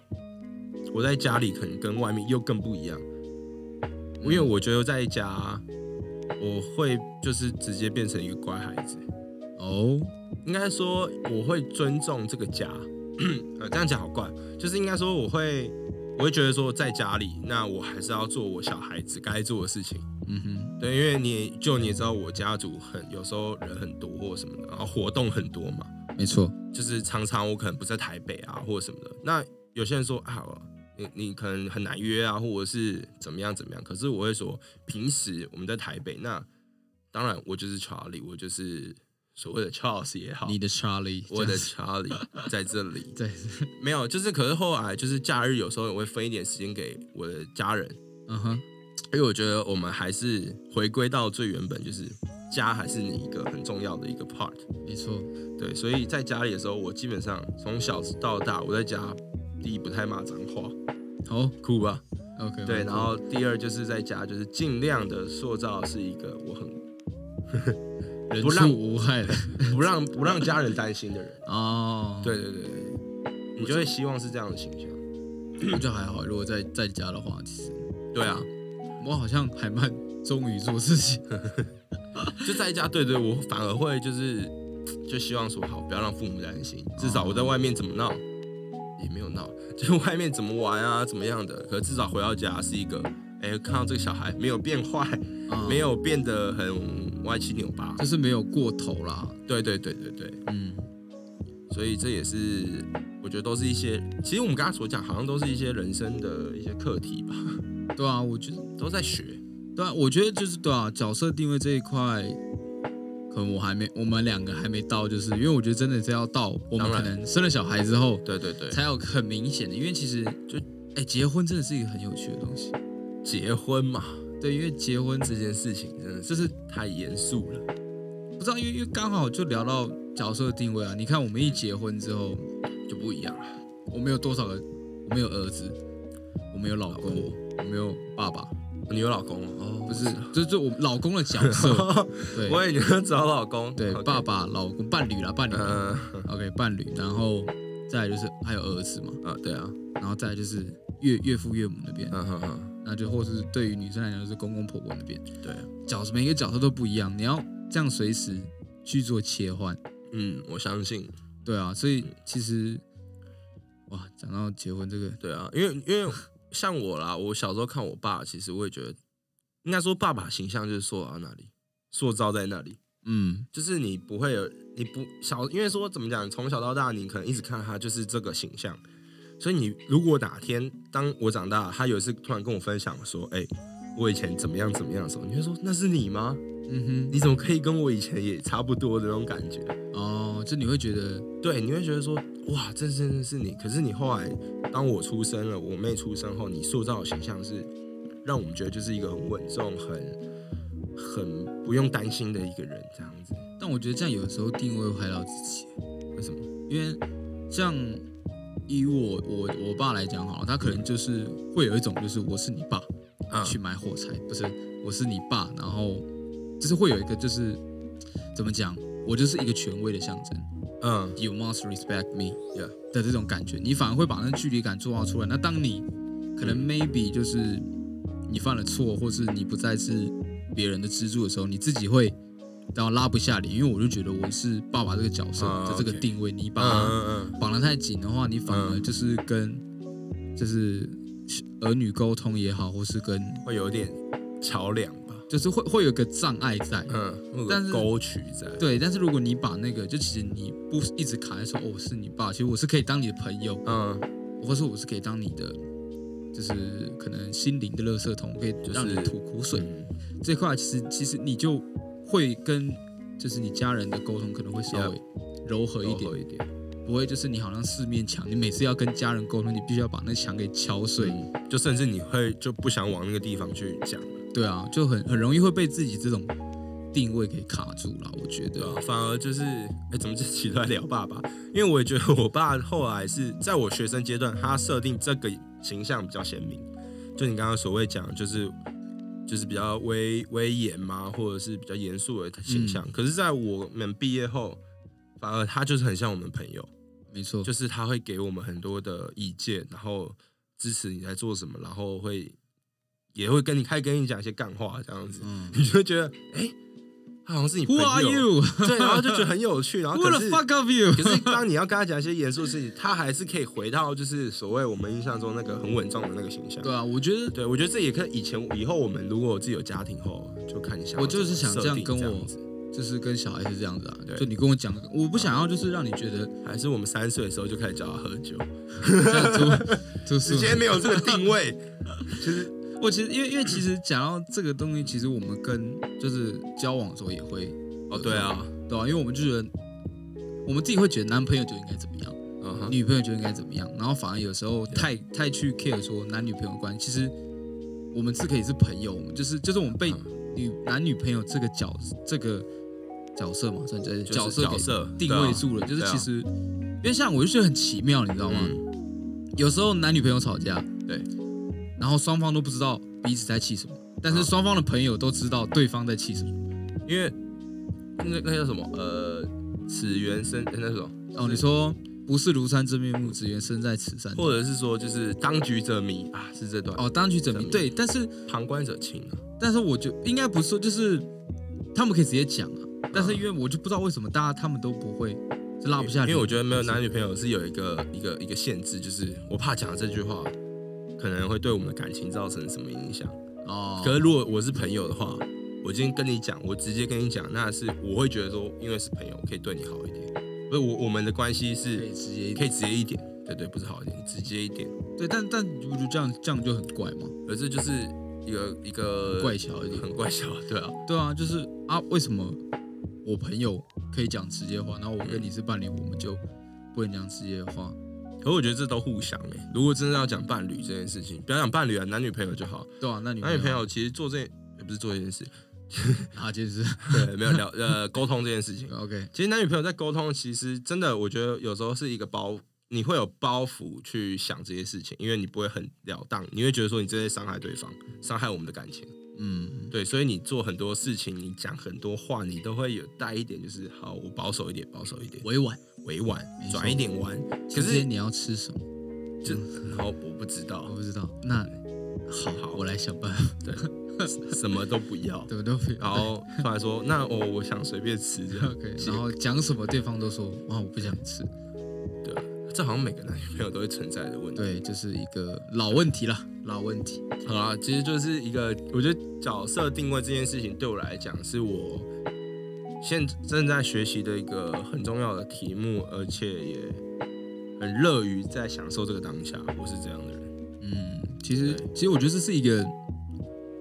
[SPEAKER 3] 我在家里可能跟外面又更不一样，因
[SPEAKER 2] 嗯
[SPEAKER 3] 为我觉得在家我会就是直接变成一个乖孩子，
[SPEAKER 2] 哦，
[SPEAKER 3] 应该说我会尊重这个家，呃，这样讲好怪，就是应该说我会，我会觉得说在家里，那我还是要做我小孩子该做的事情，
[SPEAKER 2] 嗯哼，
[SPEAKER 3] 对，因为你就你也知道我家族很有时候人很多或什么的，然后活动很多嘛，
[SPEAKER 2] 没错，
[SPEAKER 3] 就是常常我可能不在台北啊或者什么的，那有些人说啊，你你可能很难约啊，或者是怎么样怎么样，可是我会说平时我们在台北，那当然我就是 Charlie，我就是所谓的 Charles 也好，
[SPEAKER 2] 你的查理，
[SPEAKER 3] 我的 Charlie 在这里。
[SPEAKER 2] 对，
[SPEAKER 3] 没有，就是可是后来就是假日有时候我会分一点时间给我的家人，
[SPEAKER 2] 嗯哼，
[SPEAKER 3] 因为我觉得我们还是回归到最原本，就是家还是你一个很重要的一个 part。
[SPEAKER 2] 没错，
[SPEAKER 3] 对，所以在家里的时候，我基本上从小到大我在家。第一不太骂脏话，
[SPEAKER 2] 好
[SPEAKER 3] 酷吧？
[SPEAKER 2] ，OK，
[SPEAKER 3] 对，
[SPEAKER 2] 没
[SPEAKER 3] 然
[SPEAKER 2] 错
[SPEAKER 3] 后第二就是在家，就是尽量的塑造是一个我很
[SPEAKER 2] 人
[SPEAKER 3] 不让
[SPEAKER 2] 畜无害的
[SPEAKER 3] 不让不让家人担心的人。
[SPEAKER 2] 哦。，
[SPEAKER 3] 对对对对，你就会希望是这样的形象。
[SPEAKER 2] 我觉得还好。如果在在家的话，其实
[SPEAKER 3] 对啊，
[SPEAKER 2] 我好像还蛮忠于做事 情。
[SPEAKER 3] 就在家，对对，我反而会就是就希望说好，不要让父母担心，至少我在外面怎么闹也没有闹，就是外面怎么玩啊怎么样的，可是至少回到家是一个，哎，看到这个小孩没有变坏，
[SPEAKER 2] 啊
[SPEAKER 3] 没，有变得很歪七扭八，
[SPEAKER 2] 就是没有过头啦。
[SPEAKER 3] 对对对对对，
[SPEAKER 2] 嗯，
[SPEAKER 3] 所以这也是我觉得都是一些，其实我们刚刚所讲好像都是一些人生的一些课题吧，
[SPEAKER 2] 对啊，我觉得，
[SPEAKER 3] 都在学，
[SPEAKER 2] 对啊，我觉得就是对啊，角色定位这一块，可能我还没，我们两个还没到，就是因为我觉得真的是要到我们
[SPEAKER 3] 当
[SPEAKER 2] 可
[SPEAKER 3] 然
[SPEAKER 2] 能生了小孩之后，
[SPEAKER 3] 对对对，
[SPEAKER 2] 才有很明显的。因为其实就，哎，结婚真的是一个很有趣的东西。
[SPEAKER 3] 结婚嘛
[SPEAKER 2] 对，因为结婚
[SPEAKER 3] 这件事情真的
[SPEAKER 2] 就是是
[SPEAKER 3] 太严肃了，
[SPEAKER 2] 不知道，因为因为刚好就聊到角色定位啊。你看，我们一结婚之后，
[SPEAKER 3] 就不一样了。
[SPEAKER 2] 我们有多少个？我们有儿子，我们有老公，我们有爸爸，
[SPEAKER 3] 你有老公哦？
[SPEAKER 2] 不是，就是就我们老公的角色，对
[SPEAKER 3] 我也觉得找老公，
[SPEAKER 2] 对，
[SPEAKER 3] OK
[SPEAKER 2] 爸，爸、老公、伴侣啦，伴侣
[SPEAKER 3] 嗯
[SPEAKER 2] 啦、
[SPEAKER 3] 啊
[SPEAKER 2] o k 伴侣，然后再来就是还有儿子嘛，，
[SPEAKER 3] 对啊，
[SPEAKER 2] 然后再来就是岳岳父岳母那边，
[SPEAKER 3] 嗯哼哼，
[SPEAKER 2] 那就或是对于女生来讲就是公公婆婆那边，
[SPEAKER 3] 对，
[SPEAKER 2] 角色每个角色都不一样，你要这样随时去做切换。
[SPEAKER 3] 嗯，我相信，
[SPEAKER 2] 对啊，所以其实哇，讲到结婚这个，
[SPEAKER 3] 对啊，因为因为像我啦，我小时候看我爸，其实我也觉得，应该说爸爸形象就是塑造那里，塑造在那里，
[SPEAKER 2] 嗯
[SPEAKER 3] 就是你不会有你不小，因为说怎么讲，从小到大你可能一直看他就是这个形象，所以你如果哪天当我长大，他有一次突然跟我分享说，哎、我以前怎么样怎么样的时候，你会说那是你吗？
[SPEAKER 2] 嗯
[SPEAKER 3] 你怎么可以跟我以前也差不多的那种感觉？
[SPEAKER 2] 哼，哦，就你会觉得
[SPEAKER 3] 对，你会觉得说，哇，这真的是你。可是你后来，当我出生了，我妹出生后，你塑造的形象是让我们觉得就是一个很稳重、很很不用担心的一个人，这样子。
[SPEAKER 2] 但我觉得这样有的时候定位会害到自己，
[SPEAKER 3] 为什么？
[SPEAKER 2] 因为像以我我我爸来讲好了，他可能就是会有一种就是我是你爸、
[SPEAKER 3] 啊，
[SPEAKER 2] 去买火柴，不是我是你爸，然后就是会有一个就是怎么讲，我就是一个权威的象征
[SPEAKER 3] 嗯，
[SPEAKER 2] ，You must respect me
[SPEAKER 3] Yeah
[SPEAKER 2] 的这种感觉，你反而会把那距离感做造出来。那当你可能 maybe 就是你犯了错，或是你不再是别人的支柱的时候，你自己会。然后拉不下脸，因为我就觉得我是爸爸这个角色
[SPEAKER 3] 啊
[SPEAKER 2] 的这个
[SPEAKER 3] OK
[SPEAKER 2] 定位，你把它
[SPEAKER 3] 嗯嗯
[SPEAKER 2] 绑得太紧的话，你反而
[SPEAKER 3] 嗯
[SPEAKER 2] 就是跟就是儿女沟通也好，或是跟
[SPEAKER 3] 嗯，会有点桥梁吧，
[SPEAKER 2] 就是会会有个障碍在。
[SPEAKER 3] 嗯，会有
[SPEAKER 2] 但是
[SPEAKER 3] 个沟渠在。
[SPEAKER 2] 对，但是如果你把那个，就其实你不一直卡在说哦，我是你爸，其实我是可以当你的朋友，
[SPEAKER 3] 嗯，
[SPEAKER 2] 或者说我是可以当你的，就是可能心灵的垃圾桶，可以
[SPEAKER 3] 是
[SPEAKER 2] 让你吐苦水、
[SPEAKER 3] 嗯
[SPEAKER 2] 这块，其实其实你就会跟就是你家人的沟通可能会稍微柔和一点
[SPEAKER 3] 柔和一点，
[SPEAKER 2] 不会就是你好像四面墙，你每次要跟家人沟通，你必须要把那墙给敲碎。
[SPEAKER 3] 嗯就甚至你会就不想往那个地方去讲，
[SPEAKER 2] 对啊，就很很容易会被自己这种定位给卡住了，我觉
[SPEAKER 3] 对
[SPEAKER 2] 得。
[SPEAKER 3] 啊，反而就是，哎，怎么这期都在聊爸爸？因为我也觉得我爸后来是在我学生阶段，他设定这个形象比较鲜明，就你刚刚所谓讲，就是就是比较威威严嘛，或者是比较严肃的形象。可是在我们毕业后，反而他就是很像我们朋友，
[SPEAKER 2] 没错，
[SPEAKER 3] 就是他会给我们很多的意见，然后支持你在做什么，然后会也会跟你开跟你讲一些干话这样子，
[SPEAKER 2] 嗯
[SPEAKER 3] 你就会觉得，哎、他好像是你朋
[SPEAKER 2] Who
[SPEAKER 3] 友。
[SPEAKER 2] are you?
[SPEAKER 3] 对，然后就觉得很有趣，然后
[SPEAKER 2] Who
[SPEAKER 3] 可
[SPEAKER 2] the
[SPEAKER 3] 是
[SPEAKER 2] fuck of you?
[SPEAKER 3] 可是当你要跟他讲一些严肃的事情，他还是可以回到就是所谓我们印象中那个很稳重的那个形象。
[SPEAKER 2] 对啊，我觉得
[SPEAKER 3] 对，我觉得这也可以以前以后我们如果自己有家庭后，就看一下
[SPEAKER 2] 我就是想
[SPEAKER 3] 这
[SPEAKER 2] 这样跟我
[SPEAKER 3] 子
[SPEAKER 2] 就是跟小孩是这样子啊，
[SPEAKER 3] 对
[SPEAKER 2] 就你跟我讲，我不想要就是让你觉得
[SPEAKER 3] 还是我们三岁的时候就开始教他喝酒，
[SPEAKER 2] 这样 就就是
[SPEAKER 3] 直接没有这个定位， 就是
[SPEAKER 2] 我其实因为因为其实讲到这个东西，其实我们跟就是交往的时候也会
[SPEAKER 3] 哦对啊，
[SPEAKER 2] 对啊，因为我们就觉得我们自己会觉得男朋友就应该怎么样。
[SPEAKER 3] 嗯哼
[SPEAKER 2] 女朋友就应该怎么样，然后反而有时候太太去 care 说男女朋友关系，其实我们是可以是朋友，我们就是就是我们被女、男女朋友这个角这个角色嘛，算是
[SPEAKER 3] 就是
[SPEAKER 2] 角色
[SPEAKER 3] 角
[SPEAKER 2] 给
[SPEAKER 3] 色
[SPEAKER 2] 定
[SPEAKER 3] 对啊
[SPEAKER 2] 位住了，就是
[SPEAKER 3] 对啊
[SPEAKER 2] 其实、因为像我就觉得很奇妙，你知道吗？
[SPEAKER 3] 嗯
[SPEAKER 2] 有时候男女朋友吵架，
[SPEAKER 3] 对，
[SPEAKER 2] 然后双方都不知道彼此在气什么，但是
[SPEAKER 3] 啊
[SPEAKER 2] 双方的朋友都知道对方在气什么。
[SPEAKER 3] 因为那那叫什么呃，此缘生呃那叫什么，
[SPEAKER 2] 哦，你说不是庐山真面目，只缘身在此山。
[SPEAKER 3] 或者是说就是当局者迷啊，是这段
[SPEAKER 2] 哦，当局者迷，
[SPEAKER 3] 者迷
[SPEAKER 2] 对，但是。
[SPEAKER 3] 旁观者清啊，
[SPEAKER 2] 但是我就应该不是，就是他们可以直接讲啊。但是因为我就不知道为什么大家他们都不会，就拉不下
[SPEAKER 3] 因
[SPEAKER 2] 脸。
[SPEAKER 3] 为我觉得没有男女朋友是有一个一个一个限制，就是我怕讲这句话可能会对我们的感情造成什么影响。
[SPEAKER 2] 哦，
[SPEAKER 3] 可是如果我是朋友的话，我今天跟你讲，我直接跟你讲，那是我会觉得说，因为是朋友，我可以对你好一点。不是我我们的关系
[SPEAKER 2] 可以
[SPEAKER 3] 是
[SPEAKER 2] 直接一
[SPEAKER 3] 可
[SPEAKER 2] 点
[SPEAKER 3] 以直接一点，对对，不是好一点，直接一点。
[SPEAKER 2] 对，但但我觉得这样这样就很怪嘛，
[SPEAKER 3] 可是就是一个一个
[SPEAKER 2] 怪巧一点。
[SPEAKER 3] 很怪巧，对啊，
[SPEAKER 2] 对啊，就是啊，为什么我朋友可以讲直接话，然后我跟
[SPEAKER 3] 嗯
[SPEAKER 2] 你是伴侣，我们就不能讲直接话？
[SPEAKER 3] 可我觉得这都互相哎、如果真的要讲伴侣这件事情，不要讲伴侣啊，男女朋友就好。
[SPEAKER 2] 对啊，那你
[SPEAKER 3] 男女朋友其实做这也不是做这 件事，
[SPEAKER 2] 哪件事
[SPEAKER 3] 对，没有聊呃沟通这件事情。
[SPEAKER 2] ？OK，
[SPEAKER 3] 其实男女朋友在沟通，其实真的我觉得有时候是一个包，你会有包袱去想这些事情，因为你不会很了当，你会觉得说你这些伤害对方，伤害我们的感情。
[SPEAKER 2] 嗯，
[SPEAKER 3] 对，所以你做很多事情，你讲很多话，你都会有带一点，就是好，我保守一点，保守一点，
[SPEAKER 2] 委婉。
[SPEAKER 3] 委婉
[SPEAKER 2] 没错
[SPEAKER 3] 转一点弯。
[SPEAKER 2] 今
[SPEAKER 3] 可是
[SPEAKER 2] 天你要吃什么？
[SPEAKER 3] 就然后我不知道
[SPEAKER 2] 我，不知道。那
[SPEAKER 3] 好
[SPEAKER 2] 好，
[SPEAKER 3] 好
[SPEAKER 2] 我来想办法。
[SPEAKER 3] 对，什么都不要，
[SPEAKER 2] 对都不
[SPEAKER 3] 然
[SPEAKER 2] 要。
[SPEAKER 3] 后突然说那哦，我想随便吃这样，
[SPEAKER 2] OK，然后讲什么对方都说啊我不想吃，
[SPEAKER 3] 这好像每个男女朋友都会存在的问题。
[SPEAKER 2] 对，就是一个老问题啦，老问题。
[SPEAKER 3] 好啦，其实就是一个，我觉得角色定位这件事情对我来讲是我现正在学习的一个很重要的题目，而且也很乐于在享受这个当下。我是这样的人，
[SPEAKER 2] 嗯，其实
[SPEAKER 3] 对
[SPEAKER 2] 其实我觉得这是一个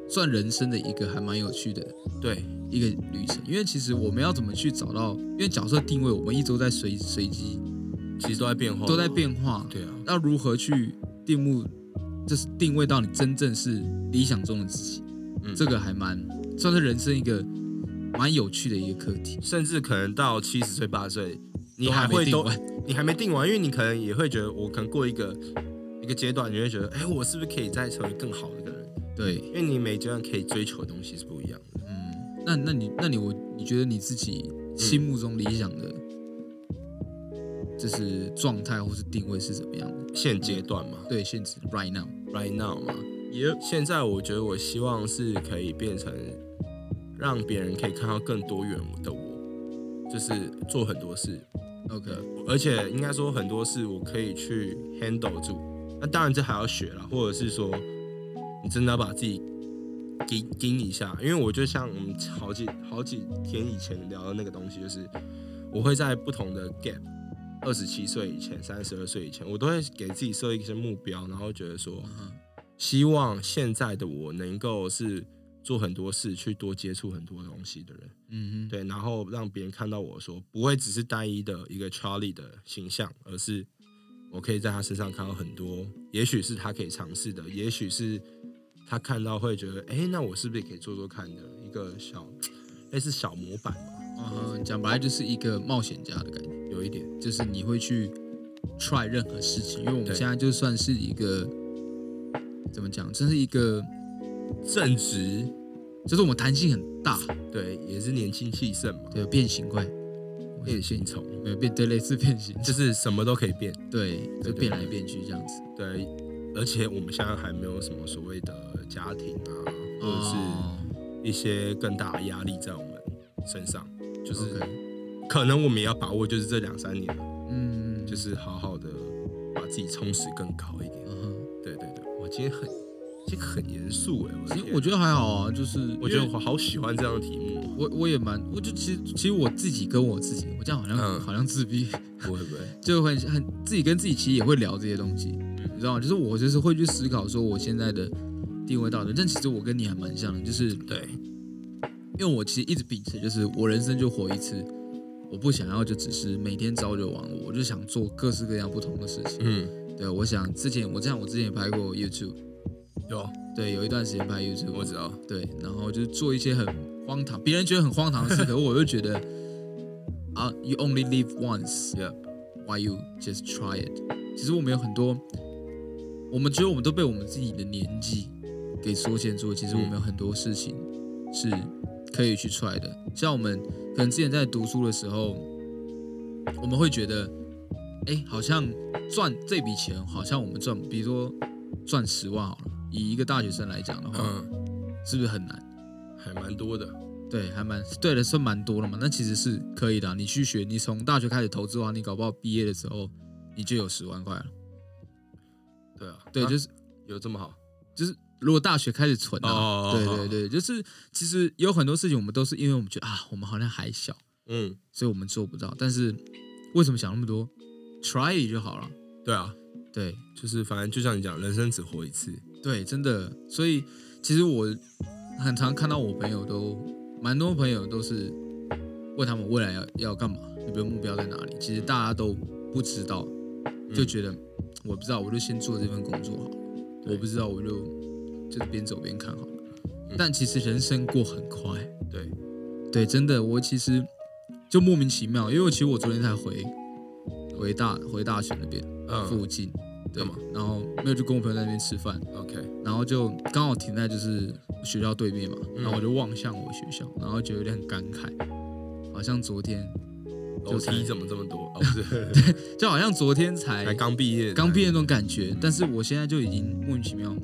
[SPEAKER 2] 算人生的一个还蛮有趣的
[SPEAKER 3] 对
[SPEAKER 2] 一个旅程，因为其实我们要怎么去找到，因为角色定位我们一周在随随机
[SPEAKER 3] 其实都在变化，
[SPEAKER 2] 都在，变化，
[SPEAKER 3] 哦对啊，
[SPEAKER 2] 那如何去定目，就是定位到你真正是理想中的自己，
[SPEAKER 3] 嗯
[SPEAKER 2] 这个还蛮算是人生一个蛮有趣的一个课题。
[SPEAKER 3] 甚至可能到七十岁八十岁，你
[SPEAKER 2] 都
[SPEAKER 3] 还
[SPEAKER 2] 还没
[SPEAKER 3] 会
[SPEAKER 2] 定
[SPEAKER 3] 都
[SPEAKER 2] 完
[SPEAKER 3] 你还没定完，因为你可能也会觉得，我可能过一个一个阶段，你会觉得，哎、我是不是可以再成为更好的一个人？
[SPEAKER 2] 对，
[SPEAKER 3] 因为你每阶段可以追求的东西是不一样的。
[SPEAKER 2] 嗯，那那你那你我你觉得你自己心目中理想的，就是状态或是定位是怎么样的？
[SPEAKER 3] 现阶段嘛，
[SPEAKER 2] 对，现实 right now，
[SPEAKER 3] right now 嘛。现在我觉得我希望是可以变成让别人可以看到更多元的我，就是做很多事，
[SPEAKER 2] OK，
[SPEAKER 3] 而且应该说很多事我可以去 handle 住。那当然这还要学啦，或者是说你真的要把自己盯盯一下，因为我就像我们好几好几天以前聊的那个东西，就是我会在不同的 gap。二十七岁以前，三十二岁以前，我都会给自己设一些目标，然后觉得说，
[SPEAKER 2] 嗯
[SPEAKER 3] 希望现在的我能够是做很多事，去多接触很多东西的人，
[SPEAKER 2] 嗯哼，
[SPEAKER 3] 对，然后让别人看到我说不会只是单一的一个 Charlie 的形象，而是我可以在他身上看到很多，也许是他可以尝试的，也许是他看到会觉得，哎，那我是不是也可以做做看的一个小类似小模板吧，
[SPEAKER 2] 嗯，讲白了就是一个冒险家的感觉。
[SPEAKER 3] 有一点，
[SPEAKER 2] 就是你会去 try 任何事情，因为我们
[SPEAKER 3] 对
[SPEAKER 2] 现在就算是一个怎么讲，这是一个，
[SPEAKER 3] 正直，
[SPEAKER 2] 就是我们弹性很大，
[SPEAKER 3] 对，也是年轻气盛嘛，
[SPEAKER 2] 对，变形怪，
[SPEAKER 3] 变性虫，
[SPEAKER 2] 没有变，对，类似变形，
[SPEAKER 3] 就是什么都可以变。
[SPEAKER 2] 对，就
[SPEAKER 3] 对对
[SPEAKER 2] 变来变去这样子，
[SPEAKER 3] 对，而且我们现在还没有什么所谓的家庭啊，或者是
[SPEAKER 2] 哦
[SPEAKER 3] 一些更大的压力在我们身上，就是
[SPEAKER 2] OK，
[SPEAKER 3] 可能我们也要把握，就是这两三年，
[SPEAKER 2] 嗯，
[SPEAKER 3] 就，是好好的把自己充实更高一点。
[SPEAKER 2] 嗯哼，
[SPEAKER 3] 对对对，我今天很，这个很严肃哎，我的
[SPEAKER 2] 其实
[SPEAKER 3] 天
[SPEAKER 2] 我觉得还好啊，就是
[SPEAKER 3] 我觉得
[SPEAKER 2] 因为
[SPEAKER 3] 我好喜欢这样的题目，
[SPEAKER 2] 我我也蛮，我就其实其实我自己跟我自己，我这样好像、
[SPEAKER 3] 嗯
[SPEAKER 2] 好像自闭，
[SPEAKER 3] 不会不会，
[SPEAKER 2] 就很很自己跟自己其实也会聊这些东西，你知道吗？就是我就是会去思考说我现在的定位到底，但其实我跟你还蛮像的，就是
[SPEAKER 3] 对，
[SPEAKER 2] 因为我其实一直秉持就是我人生就活一次，我不想要就只是每天朝九晚五，我就想做各式各样不同的事情。
[SPEAKER 3] 嗯，
[SPEAKER 2] 对，我想之前我这样，我之前也拍过 YouTube，
[SPEAKER 3] 有
[SPEAKER 2] 对，有一段时间拍 YouTube，
[SPEAKER 3] 我知道，
[SPEAKER 2] 对，然后就是做一些很荒唐，别人觉得很荒唐的事，可我就觉得啊，you only live once。
[SPEAKER 3] y e
[SPEAKER 2] why you just try it。其实我们有很多，我们觉得我们都被我们自己的年纪给缩限住了。其实我们有很多事情是可以去 try 的。像我们可能之前在读书的时候，我们会觉得，哎，好像赚这笔钱，好像我们赚，比如说赚十万好了，以一个大学生来讲的话，
[SPEAKER 3] 嗯，
[SPEAKER 2] 是不是很难？
[SPEAKER 3] 还蛮多的，
[SPEAKER 2] 对，还蛮对的，算蛮多了嘛。那其实是可以的啊、你去学，你从大学开始投资的话，你搞不好毕业的时候你就有十万块了。
[SPEAKER 3] 对啊，
[SPEAKER 2] 对，
[SPEAKER 3] 啊
[SPEAKER 2] 就是
[SPEAKER 3] 有这么好，
[SPEAKER 2] 就是，如果大学开始存
[SPEAKER 3] 哦
[SPEAKER 2] 啊，对对对，就是其实有很多事情我们都是因为我们觉得啊，我们好像还小，
[SPEAKER 3] 嗯，
[SPEAKER 2] 所以我们做不到。但是为什么想那么多？try it 就好了。
[SPEAKER 3] 对啊，
[SPEAKER 2] 对
[SPEAKER 3] 就是反正就像你讲，人生只活一次，
[SPEAKER 2] 对，真的。所以其实我很常看到我朋友都，蛮多朋友都是问他们未来要要干嘛，有没有目标在哪里？其实大家都不知道，
[SPEAKER 3] 嗯
[SPEAKER 2] 就觉得、我不知道，我就先做这份工作好了。
[SPEAKER 3] 对
[SPEAKER 2] 我不知道，我就就边走边看好了。
[SPEAKER 3] 嗯
[SPEAKER 2] 但其实人生过很快，
[SPEAKER 3] 对，
[SPEAKER 2] 对，真的，我其实就莫名其妙，因为我其实我昨天才回回大回大学那边、
[SPEAKER 3] 嗯
[SPEAKER 2] 附近，对
[SPEAKER 3] 干嘛
[SPEAKER 2] 然后没有就跟我朋友在那边吃饭，
[SPEAKER 3] ，OK。
[SPEAKER 2] 然后就刚好停在就是学校对面嘛，
[SPEAKER 3] 嗯
[SPEAKER 2] 然后我就望向我学校，然后就有点感慨，好像昨天
[SPEAKER 3] 楼
[SPEAKER 2] 就
[SPEAKER 3] 梯
[SPEAKER 2] 才哎
[SPEAKER 3] 怎么这么多？哦，不是，
[SPEAKER 2] 就好像昨天才
[SPEAKER 3] 才刚毕业，
[SPEAKER 2] 刚毕业那种感觉，但是我现在就已经莫名其妙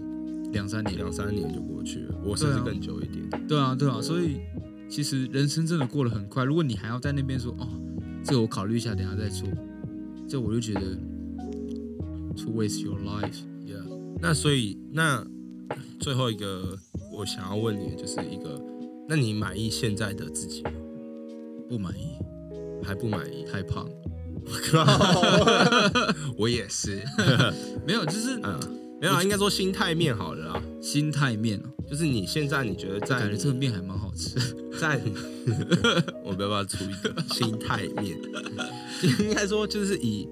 [SPEAKER 2] 两三年，
[SPEAKER 3] 两三年就过去了，我甚至
[SPEAKER 2] 对啊
[SPEAKER 3] 更久一点。
[SPEAKER 2] 对啊，对啊，所以其实人生真的过得很快。如果你还要在那边说哦，这个我考虑一下，等一下再做，这我就觉得 to waste your life。
[SPEAKER 3] Yeah，那所以那最后一个我想要问你，的就是一个，那你满意现在的自己吗？
[SPEAKER 2] 不满意，
[SPEAKER 3] 还不满意？
[SPEAKER 2] 太胖，
[SPEAKER 3] 我也是，
[SPEAKER 2] 没有，就是
[SPEAKER 3] 嗯，没有啊，应该说心态面好了啦。啊
[SPEAKER 2] 心态面啊，
[SPEAKER 3] 就是你现在你觉得在
[SPEAKER 2] 感觉这个面还蛮好吃。
[SPEAKER 3] 在， 我们要不要出一个心态面？ 应该说就是以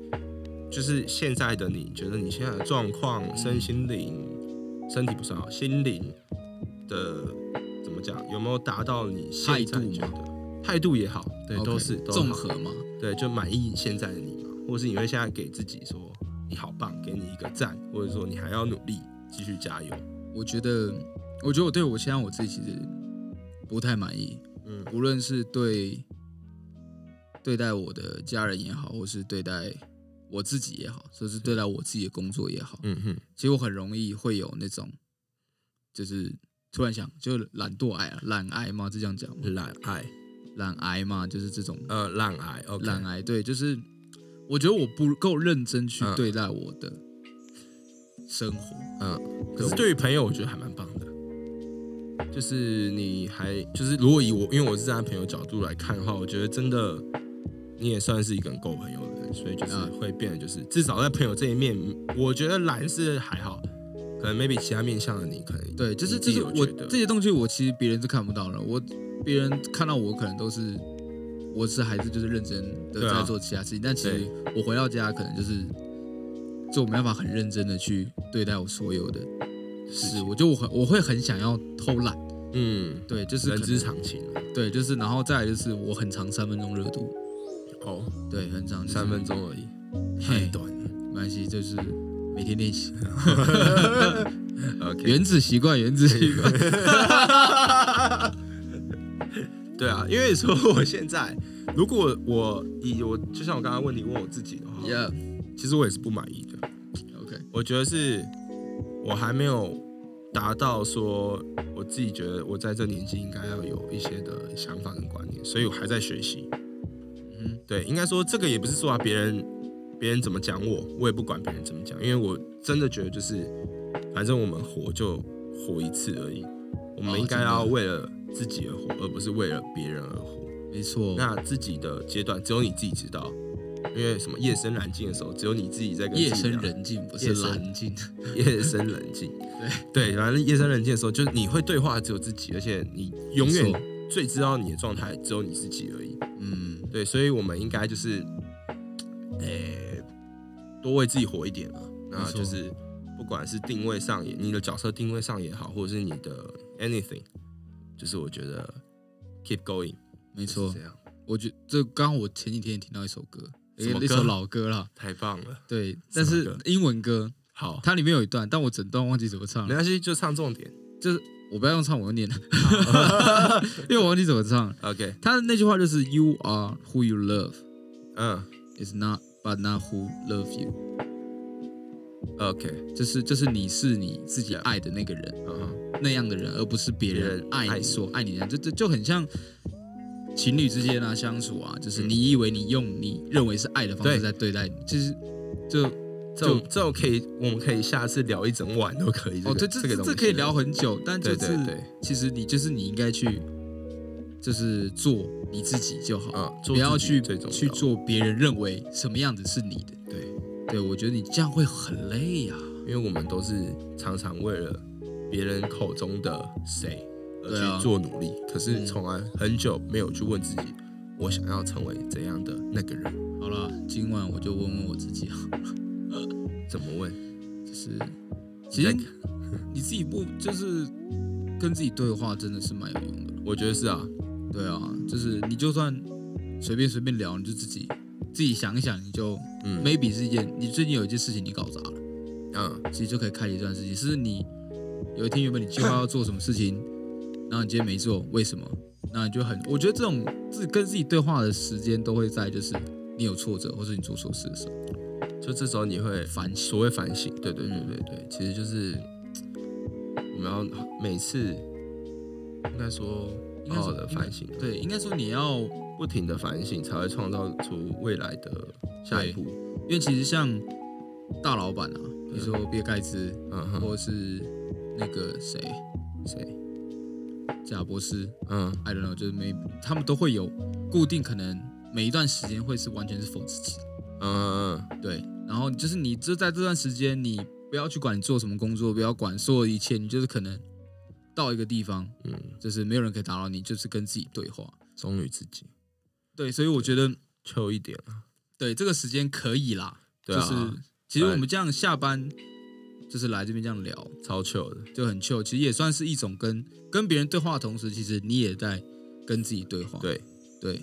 [SPEAKER 3] 就是现在的你觉得你现在的状况、身心灵、身体不算好，心灵的怎么讲？有没有达到你现在
[SPEAKER 2] 态度吗
[SPEAKER 3] 觉得态度也好，对
[SPEAKER 2] OK，
[SPEAKER 3] 都是都好
[SPEAKER 2] 综合嘛，
[SPEAKER 3] 对，就满意现在的你嘛，或是你会现在给自己说你好棒，给你一个赞，或者说你还要努力，继续加油。
[SPEAKER 2] 我觉得，我觉得我对我现在我自己其实不太满意，
[SPEAKER 3] 嗯
[SPEAKER 2] 无论是对对待我的家人也好，或是对待我自己也好，甚至对待我自己的工作也好，
[SPEAKER 3] 嗯哼，
[SPEAKER 2] 其实我很容易会有那种，就是突然想，就懒惰癌啊，懒癌嘛，是这样讲吗？
[SPEAKER 3] 懒癌，
[SPEAKER 2] 懒癌嘛，就是这种
[SPEAKER 3] 呃，懒癌，OK，
[SPEAKER 2] 懒癌，对，就是我觉得我不够认真去
[SPEAKER 3] 嗯
[SPEAKER 2] 对待我的生活，
[SPEAKER 3] 嗯，可是对于朋友，我觉得还蛮棒的。就是你还就是，如果以我，因为我是站在朋友角度来看的话，我觉得真的你也算是一个很够朋友的人，所以就是
[SPEAKER 2] 嗯
[SPEAKER 3] 会变得就是至少在朋友这一面，我觉得懒是还好，可能 maybe 其他面向的你可能
[SPEAKER 2] 对，就是
[SPEAKER 3] 你
[SPEAKER 2] 这
[SPEAKER 3] 自己
[SPEAKER 2] 是
[SPEAKER 3] 有
[SPEAKER 2] 我
[SPEAKER 3] 觉得
[SPEAKER 2] 这些东西，我其实别人是看不到的。我别人看到我，可能都是我是还是就是认真的
[SPEAKER 3] 对啊
[SPEAKER 2] 在做其他事情，但其实我回到家，可能就是就我没办法很认真的去对待我所有的事。我就我很我会很想要偷懒，
[SPEAKER 3] 嗯，
[SPEAKER 2] 对，就是可
[SPEAKER 3] 人
[SPEAKER 2] 能
[SPEAKER 3] 之常情啊
[SPEAKER 2] 对，就是然后再来就是我很长三分钟热度，
[SPEAKER 3] 哦，
[SPEAKER 2] 对，很长
[SPEAKER 3] 三分，钟而已，
[SPEAKER 2] 就是
[SPEAKER 3] 太
[SPEAKER 2] 嘿，
[SPEAKER 3] 短了。
[SPEAKER 2] 没关系，就是每天练 习
[SPEAKER 3] OK，
[SPEAKER 2] 原子习惯，原子习惯，
[SPEAKER 3] 对啊，因为说我现在如果我以我就像我刚刚问你问我自己的话
[SPEAKER 2] yeah，OK，、
[SPEAKER 3] 其实我也是不满意的。我觉得是我还没有达到说我自己觉得我在这年纪应该要有一些的想法跟观念，所以我还在学习。
[SPEAKER 2] 嗯，
[SPEAKER 3] 对，应该说这个也不是说啊别人别人怎么讲我，我也不管别人怎么讲，因为我真的觉得就是反正我们活就活一次而已，我
[SPEAKER 2] 哦
[SPEAKER 3] 们应该
[SPEAKER 2] 真的
[SPEAKER 3] 要为了自己而活，而不是为了别人而活。
[SPEAKER 2] 没错，
[SPEAKER 3] 那自己的阶段只有你自己知道，因为什么夜深人静的时候，只有你自己在跟自己
[SPEAKER 2] 夜深
[SPEAKER 3] 聊
[SPEAKER 2] 人静不
[SPEAKER 3] 啊夜
[SPEAKER 2] 是
[SPEAKER 3] 深
[SPEAKER 2] 蓝静。
[SPEAKER 3] 夜深人静，对对，反正夜深人静的时候，就是你会对话只有自己，而且你永
[SPEAKER 2] 没错
[SPEAKER 3] 远最知道你的状态只有你自己而已。
[SPEAKER 2] 嗯，
[SPEAKER 3] 对，所以我们应该就是，呃、多为自己活一点啊。那
[SPEAKER 2] 没错
[SPEAKER 3] 就是不管是定位上也，你的角色定位上也好，或者是你的 anything，就是我觉得 keep going，
[SPEAKER 2] 没
[SPEAKER 3] 没
[SPEAKER 2] 错
[SPEAKER 3] 这。样
[SPEAKER 2] 我觉这刚刚我前几天也听到一首歌，
[SPEAKER 3] 什么
[SPEAKER 2] 一首
[SPEAKER 3] 歌
[SPEAKER 2] 老歌啦，
[SPEAKER 3] 太棒了。
[SPEAKER 2] 对，但
[SPEAKER 3] 什么
[SPEAKER 2] 是
[SPEAKER 3] 歌哦
[SPEAKER 2] 英文歌，
[SPEAKER 3] 好，
[SPEAKER 2] 它里面有一段，但我整段忘记怎么唱
[SPEAKER 3] 没
[SPEAKER 2] 了，
[SPEAKER 3] 关系，就唱重点。
[SPEAKER 2] 就是我不要用唱，我用念，
[SPEAKER 3] 啊
[SPEAKER 2] 因为我忘记怎么唱了。
[SPEAKER 3] OK，
[SPEAKER 2] 他的那句话就是 “You are who you love,
[SPEAKER 3] 嗯
[SPEAKER 2] is not but not who love you”，
[SPEAKER 3] ，OK，
[SPEAKER 2] 就是就是你是你自己爱的那个人。
[SPEAKER 3] 嗯哼，
[SPEAKER 2] 那样的人，而不是别
[SPEAKER 3] 别
[SPEAKER 2] 人
[SPEAKER 3] 人爱
[SPEAKER 2] 爱
[SPEAKER 3] 你
[SPEAKER 2] 你所爱你的人，这这就很像情侣之间啊相处啊，就是
[SPEAKER 3] 嗯
[SPEAKER 2] 你以为你用你认为是爱的方
[SPEAKER 3] 对
[SPEAKER 2] 式在对待你，其实就
[SPEAKER 3] 这种这种可以，我们可以下次聊一整晚都可以。
[SPEAKER 2] 哦，对，这
[SPEAKER 3] 这个这个
[SPEAKER 2] 这
[SPEAKER 3] 东
[SPEAKER 2] 这
[SPEAKER 3] 西
[SPEAKER 2] 可以聊很久，但就
[SPEAKER 3] 对
[SPEAKER 2] 是
[SPEAKER 3] 对对，
[SPEAKER 2] 其实你就是你应该去就是做你自己就好，
[SPEAKER 3] 嗯，做
[SPEAKER 2] 不要
[SPEAKER 3] 自己
[SPEAKER 2] 去
[SPEAKER 3] 最重要
[SPEAKER 2] 去，做别人认为什么样子是你的。
[SPEAKER 3] 对，
[SPEAKER 2] 对，我觉得你这样会很累啊呀、
[SPEAKER 3] 因为我们都是常常为了别人口中的谁而
[SPEAKER 2] 对啊
[SPEAKER 3] 去做努力，可是
[SPEAKER 2] 嗯
[SPEAKER 3] 从来很久没有去问自己，我想要成为怎样的那个人？
[SPEAKER 2] 好了，今晚我就问问我自己啊。
[SPEAKER 3] 怎么问？
[SPEAKER 2] 就是其实你自己不就是跟自己对话，真的是蛮有用的。
[SPEAKER 3] 我觉得是啊，
[SPEAKER 2] 对啊，就是你就算随便随便聊，你就自己自己想一想，你就、
[SPEAKER 3] 嗯
[SPEAKER 2] maybe 是一件你最近有一件事情你搞砸了，
[SPEAKER 3] 嗯，
[SPEAKER 2] 其实就可以开启这段事情。是你有一天原本你计划要做什么事情，然后你今天没做，为什么？那你就很，我觉得这种自跟自己对话的时间都会在，就是你有挫折或者你做错事的时候
[SPEAKER 3] 就这时候你会
[SPEAKER 2] 反省。
[SPEAKER 3] 所谓反省，对对对
[SPEAKER 2] 嗯
[SPEAKER 3] 对对，其实就是我们要每次应该说
[SPEAKER 2] 应该
[SPEAKER 3] 好好
[SPEAKER 2] 说
[SPEAKER 3] 的
[SPEAKER 2] 哦应该
[SPEAKER 3] 反省，
[SPEAKER 2] 对，应该说你要，
[SPEAKER 3] 不停的反省才会创造出未来的下一步。
[SPEAKER 2] 因为其实像大老板啊，你说比尔盖茨，
[SPEAKER 3] 嗯哼，
[SPEAKER 2] 或是那个谁
[SPEAKER 3] 谁？
[SPEAKER 2] 贾博士
[SPEAKER 3] 嗯
[SPEAKER 2] ，I don't know，就是每他们都会有固定，可能每一段时间会是完全是否自己，
[SPEAKER 3] 嗯嗯嗯
[SPEAKER 2] 对，然后就是你就在这段时间，你不要去管你做什么工作，不要管所有一切，你就是可能到一个地方，
[SPEAKER 3] 嗯，
[SPEAKER 2] 就是没有人可以打扰你，就是跟自己对话。
[SPEAKER 3] 忠于自己，
[SPEAKER 2] 对，所以我觉得
[SPEAKER 3] 秋一点啊。
[SPEAKER 2] 对这个时间可以啦，
[SPEAKER 3] 对啊，
[SPEAKER 2] 就是其实我们这样下班，就是来这边这样聊，
[SPEAKER 3] 超糗的。
[SPEAKER 2] 就很 chill，其实也算是一种跟跟别人对话的同时，其实你也在跟自己对话。
[SPEAKER 3] 对
[SPEAKER 2] 对，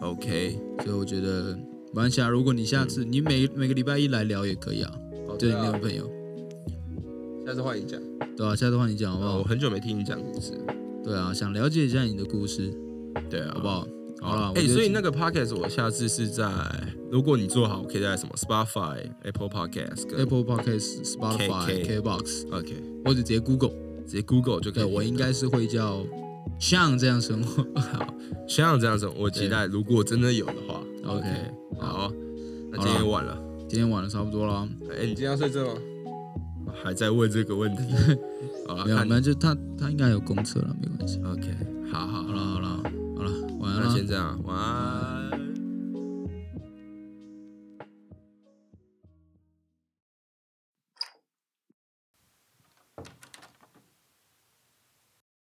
[SPEAKER 3] ，OK，
[SPEAKER 2] 所以我觉得马来西啊亚，如果你下次、你每每个礼拜一来聊也可以啊，
[SPEAKER 3] 好
[SPEAKER 2] 对你那个朋友，
[SPEAKER 3] 下次换你讲。
[SPEAKER 2] 对啊，下次换你讲好不
[SPEAKER 3] 我
[SPEAKER 2] 好？
[SPEAKER 3] 很久没听你讲故事，
[SPEAKER 2] 对啊，想了解一下你的故事，
[SPEAKER 3] 对啊，
[SPEAKER 2] 好不？好？好了，我
[SPEAKER 3] 哎、
[SPEAKER 2] 觉得
[SPEAKER 3] 所以那个 podcast 我下次是在，如果你做好，我可以在什么 Spotify、Apple Podcast 跟
[SPEAKER 2] Apple Podcast、Spotify、
[SPEAKER 3] KK
[SPEAKER 2] KBox，
[SPEAKER 3] OK，
[SPEAKER 2] 或者直接 Google，
[SPEAKER 3] 直接 Google 就可以
[SPEAKER 2] 对
[SPEAKER 3] 听到。
[SPEAKER 2] 我应该是会叫像这样生活。
[SPEAKER 3] 像这样子，我期待如果真的有的话
[SPEAKER 2] OK，
[SPEAKER 3] 好，那
[SPEAKER 2] 好
[SPEAKER 3] 今
[SPEAKER 2] 啦
[SPEAKER 3] 天晚了，
[SPEAKER 2] 今天晚了差不多了，
[SPEAKER 3] 哎、你今天要睡这吗？还在问这个问题， 好了，
[SPEAKER 2] 没有，
[SPEAKER 3] 啊看
[SPEAKER 2] 反正就他他应该有公厕了，没关系。
[SPEAKER 3] OK，好好
[SPEAKER 2] 好了好
[SPEAKER 3] 好了，
[SPEAKER 2] 了好了，晚安啊
[SPEAKER 3] 那
[SPEAKER 2] 了
[SPEAKER 3] 先。这样，晚安。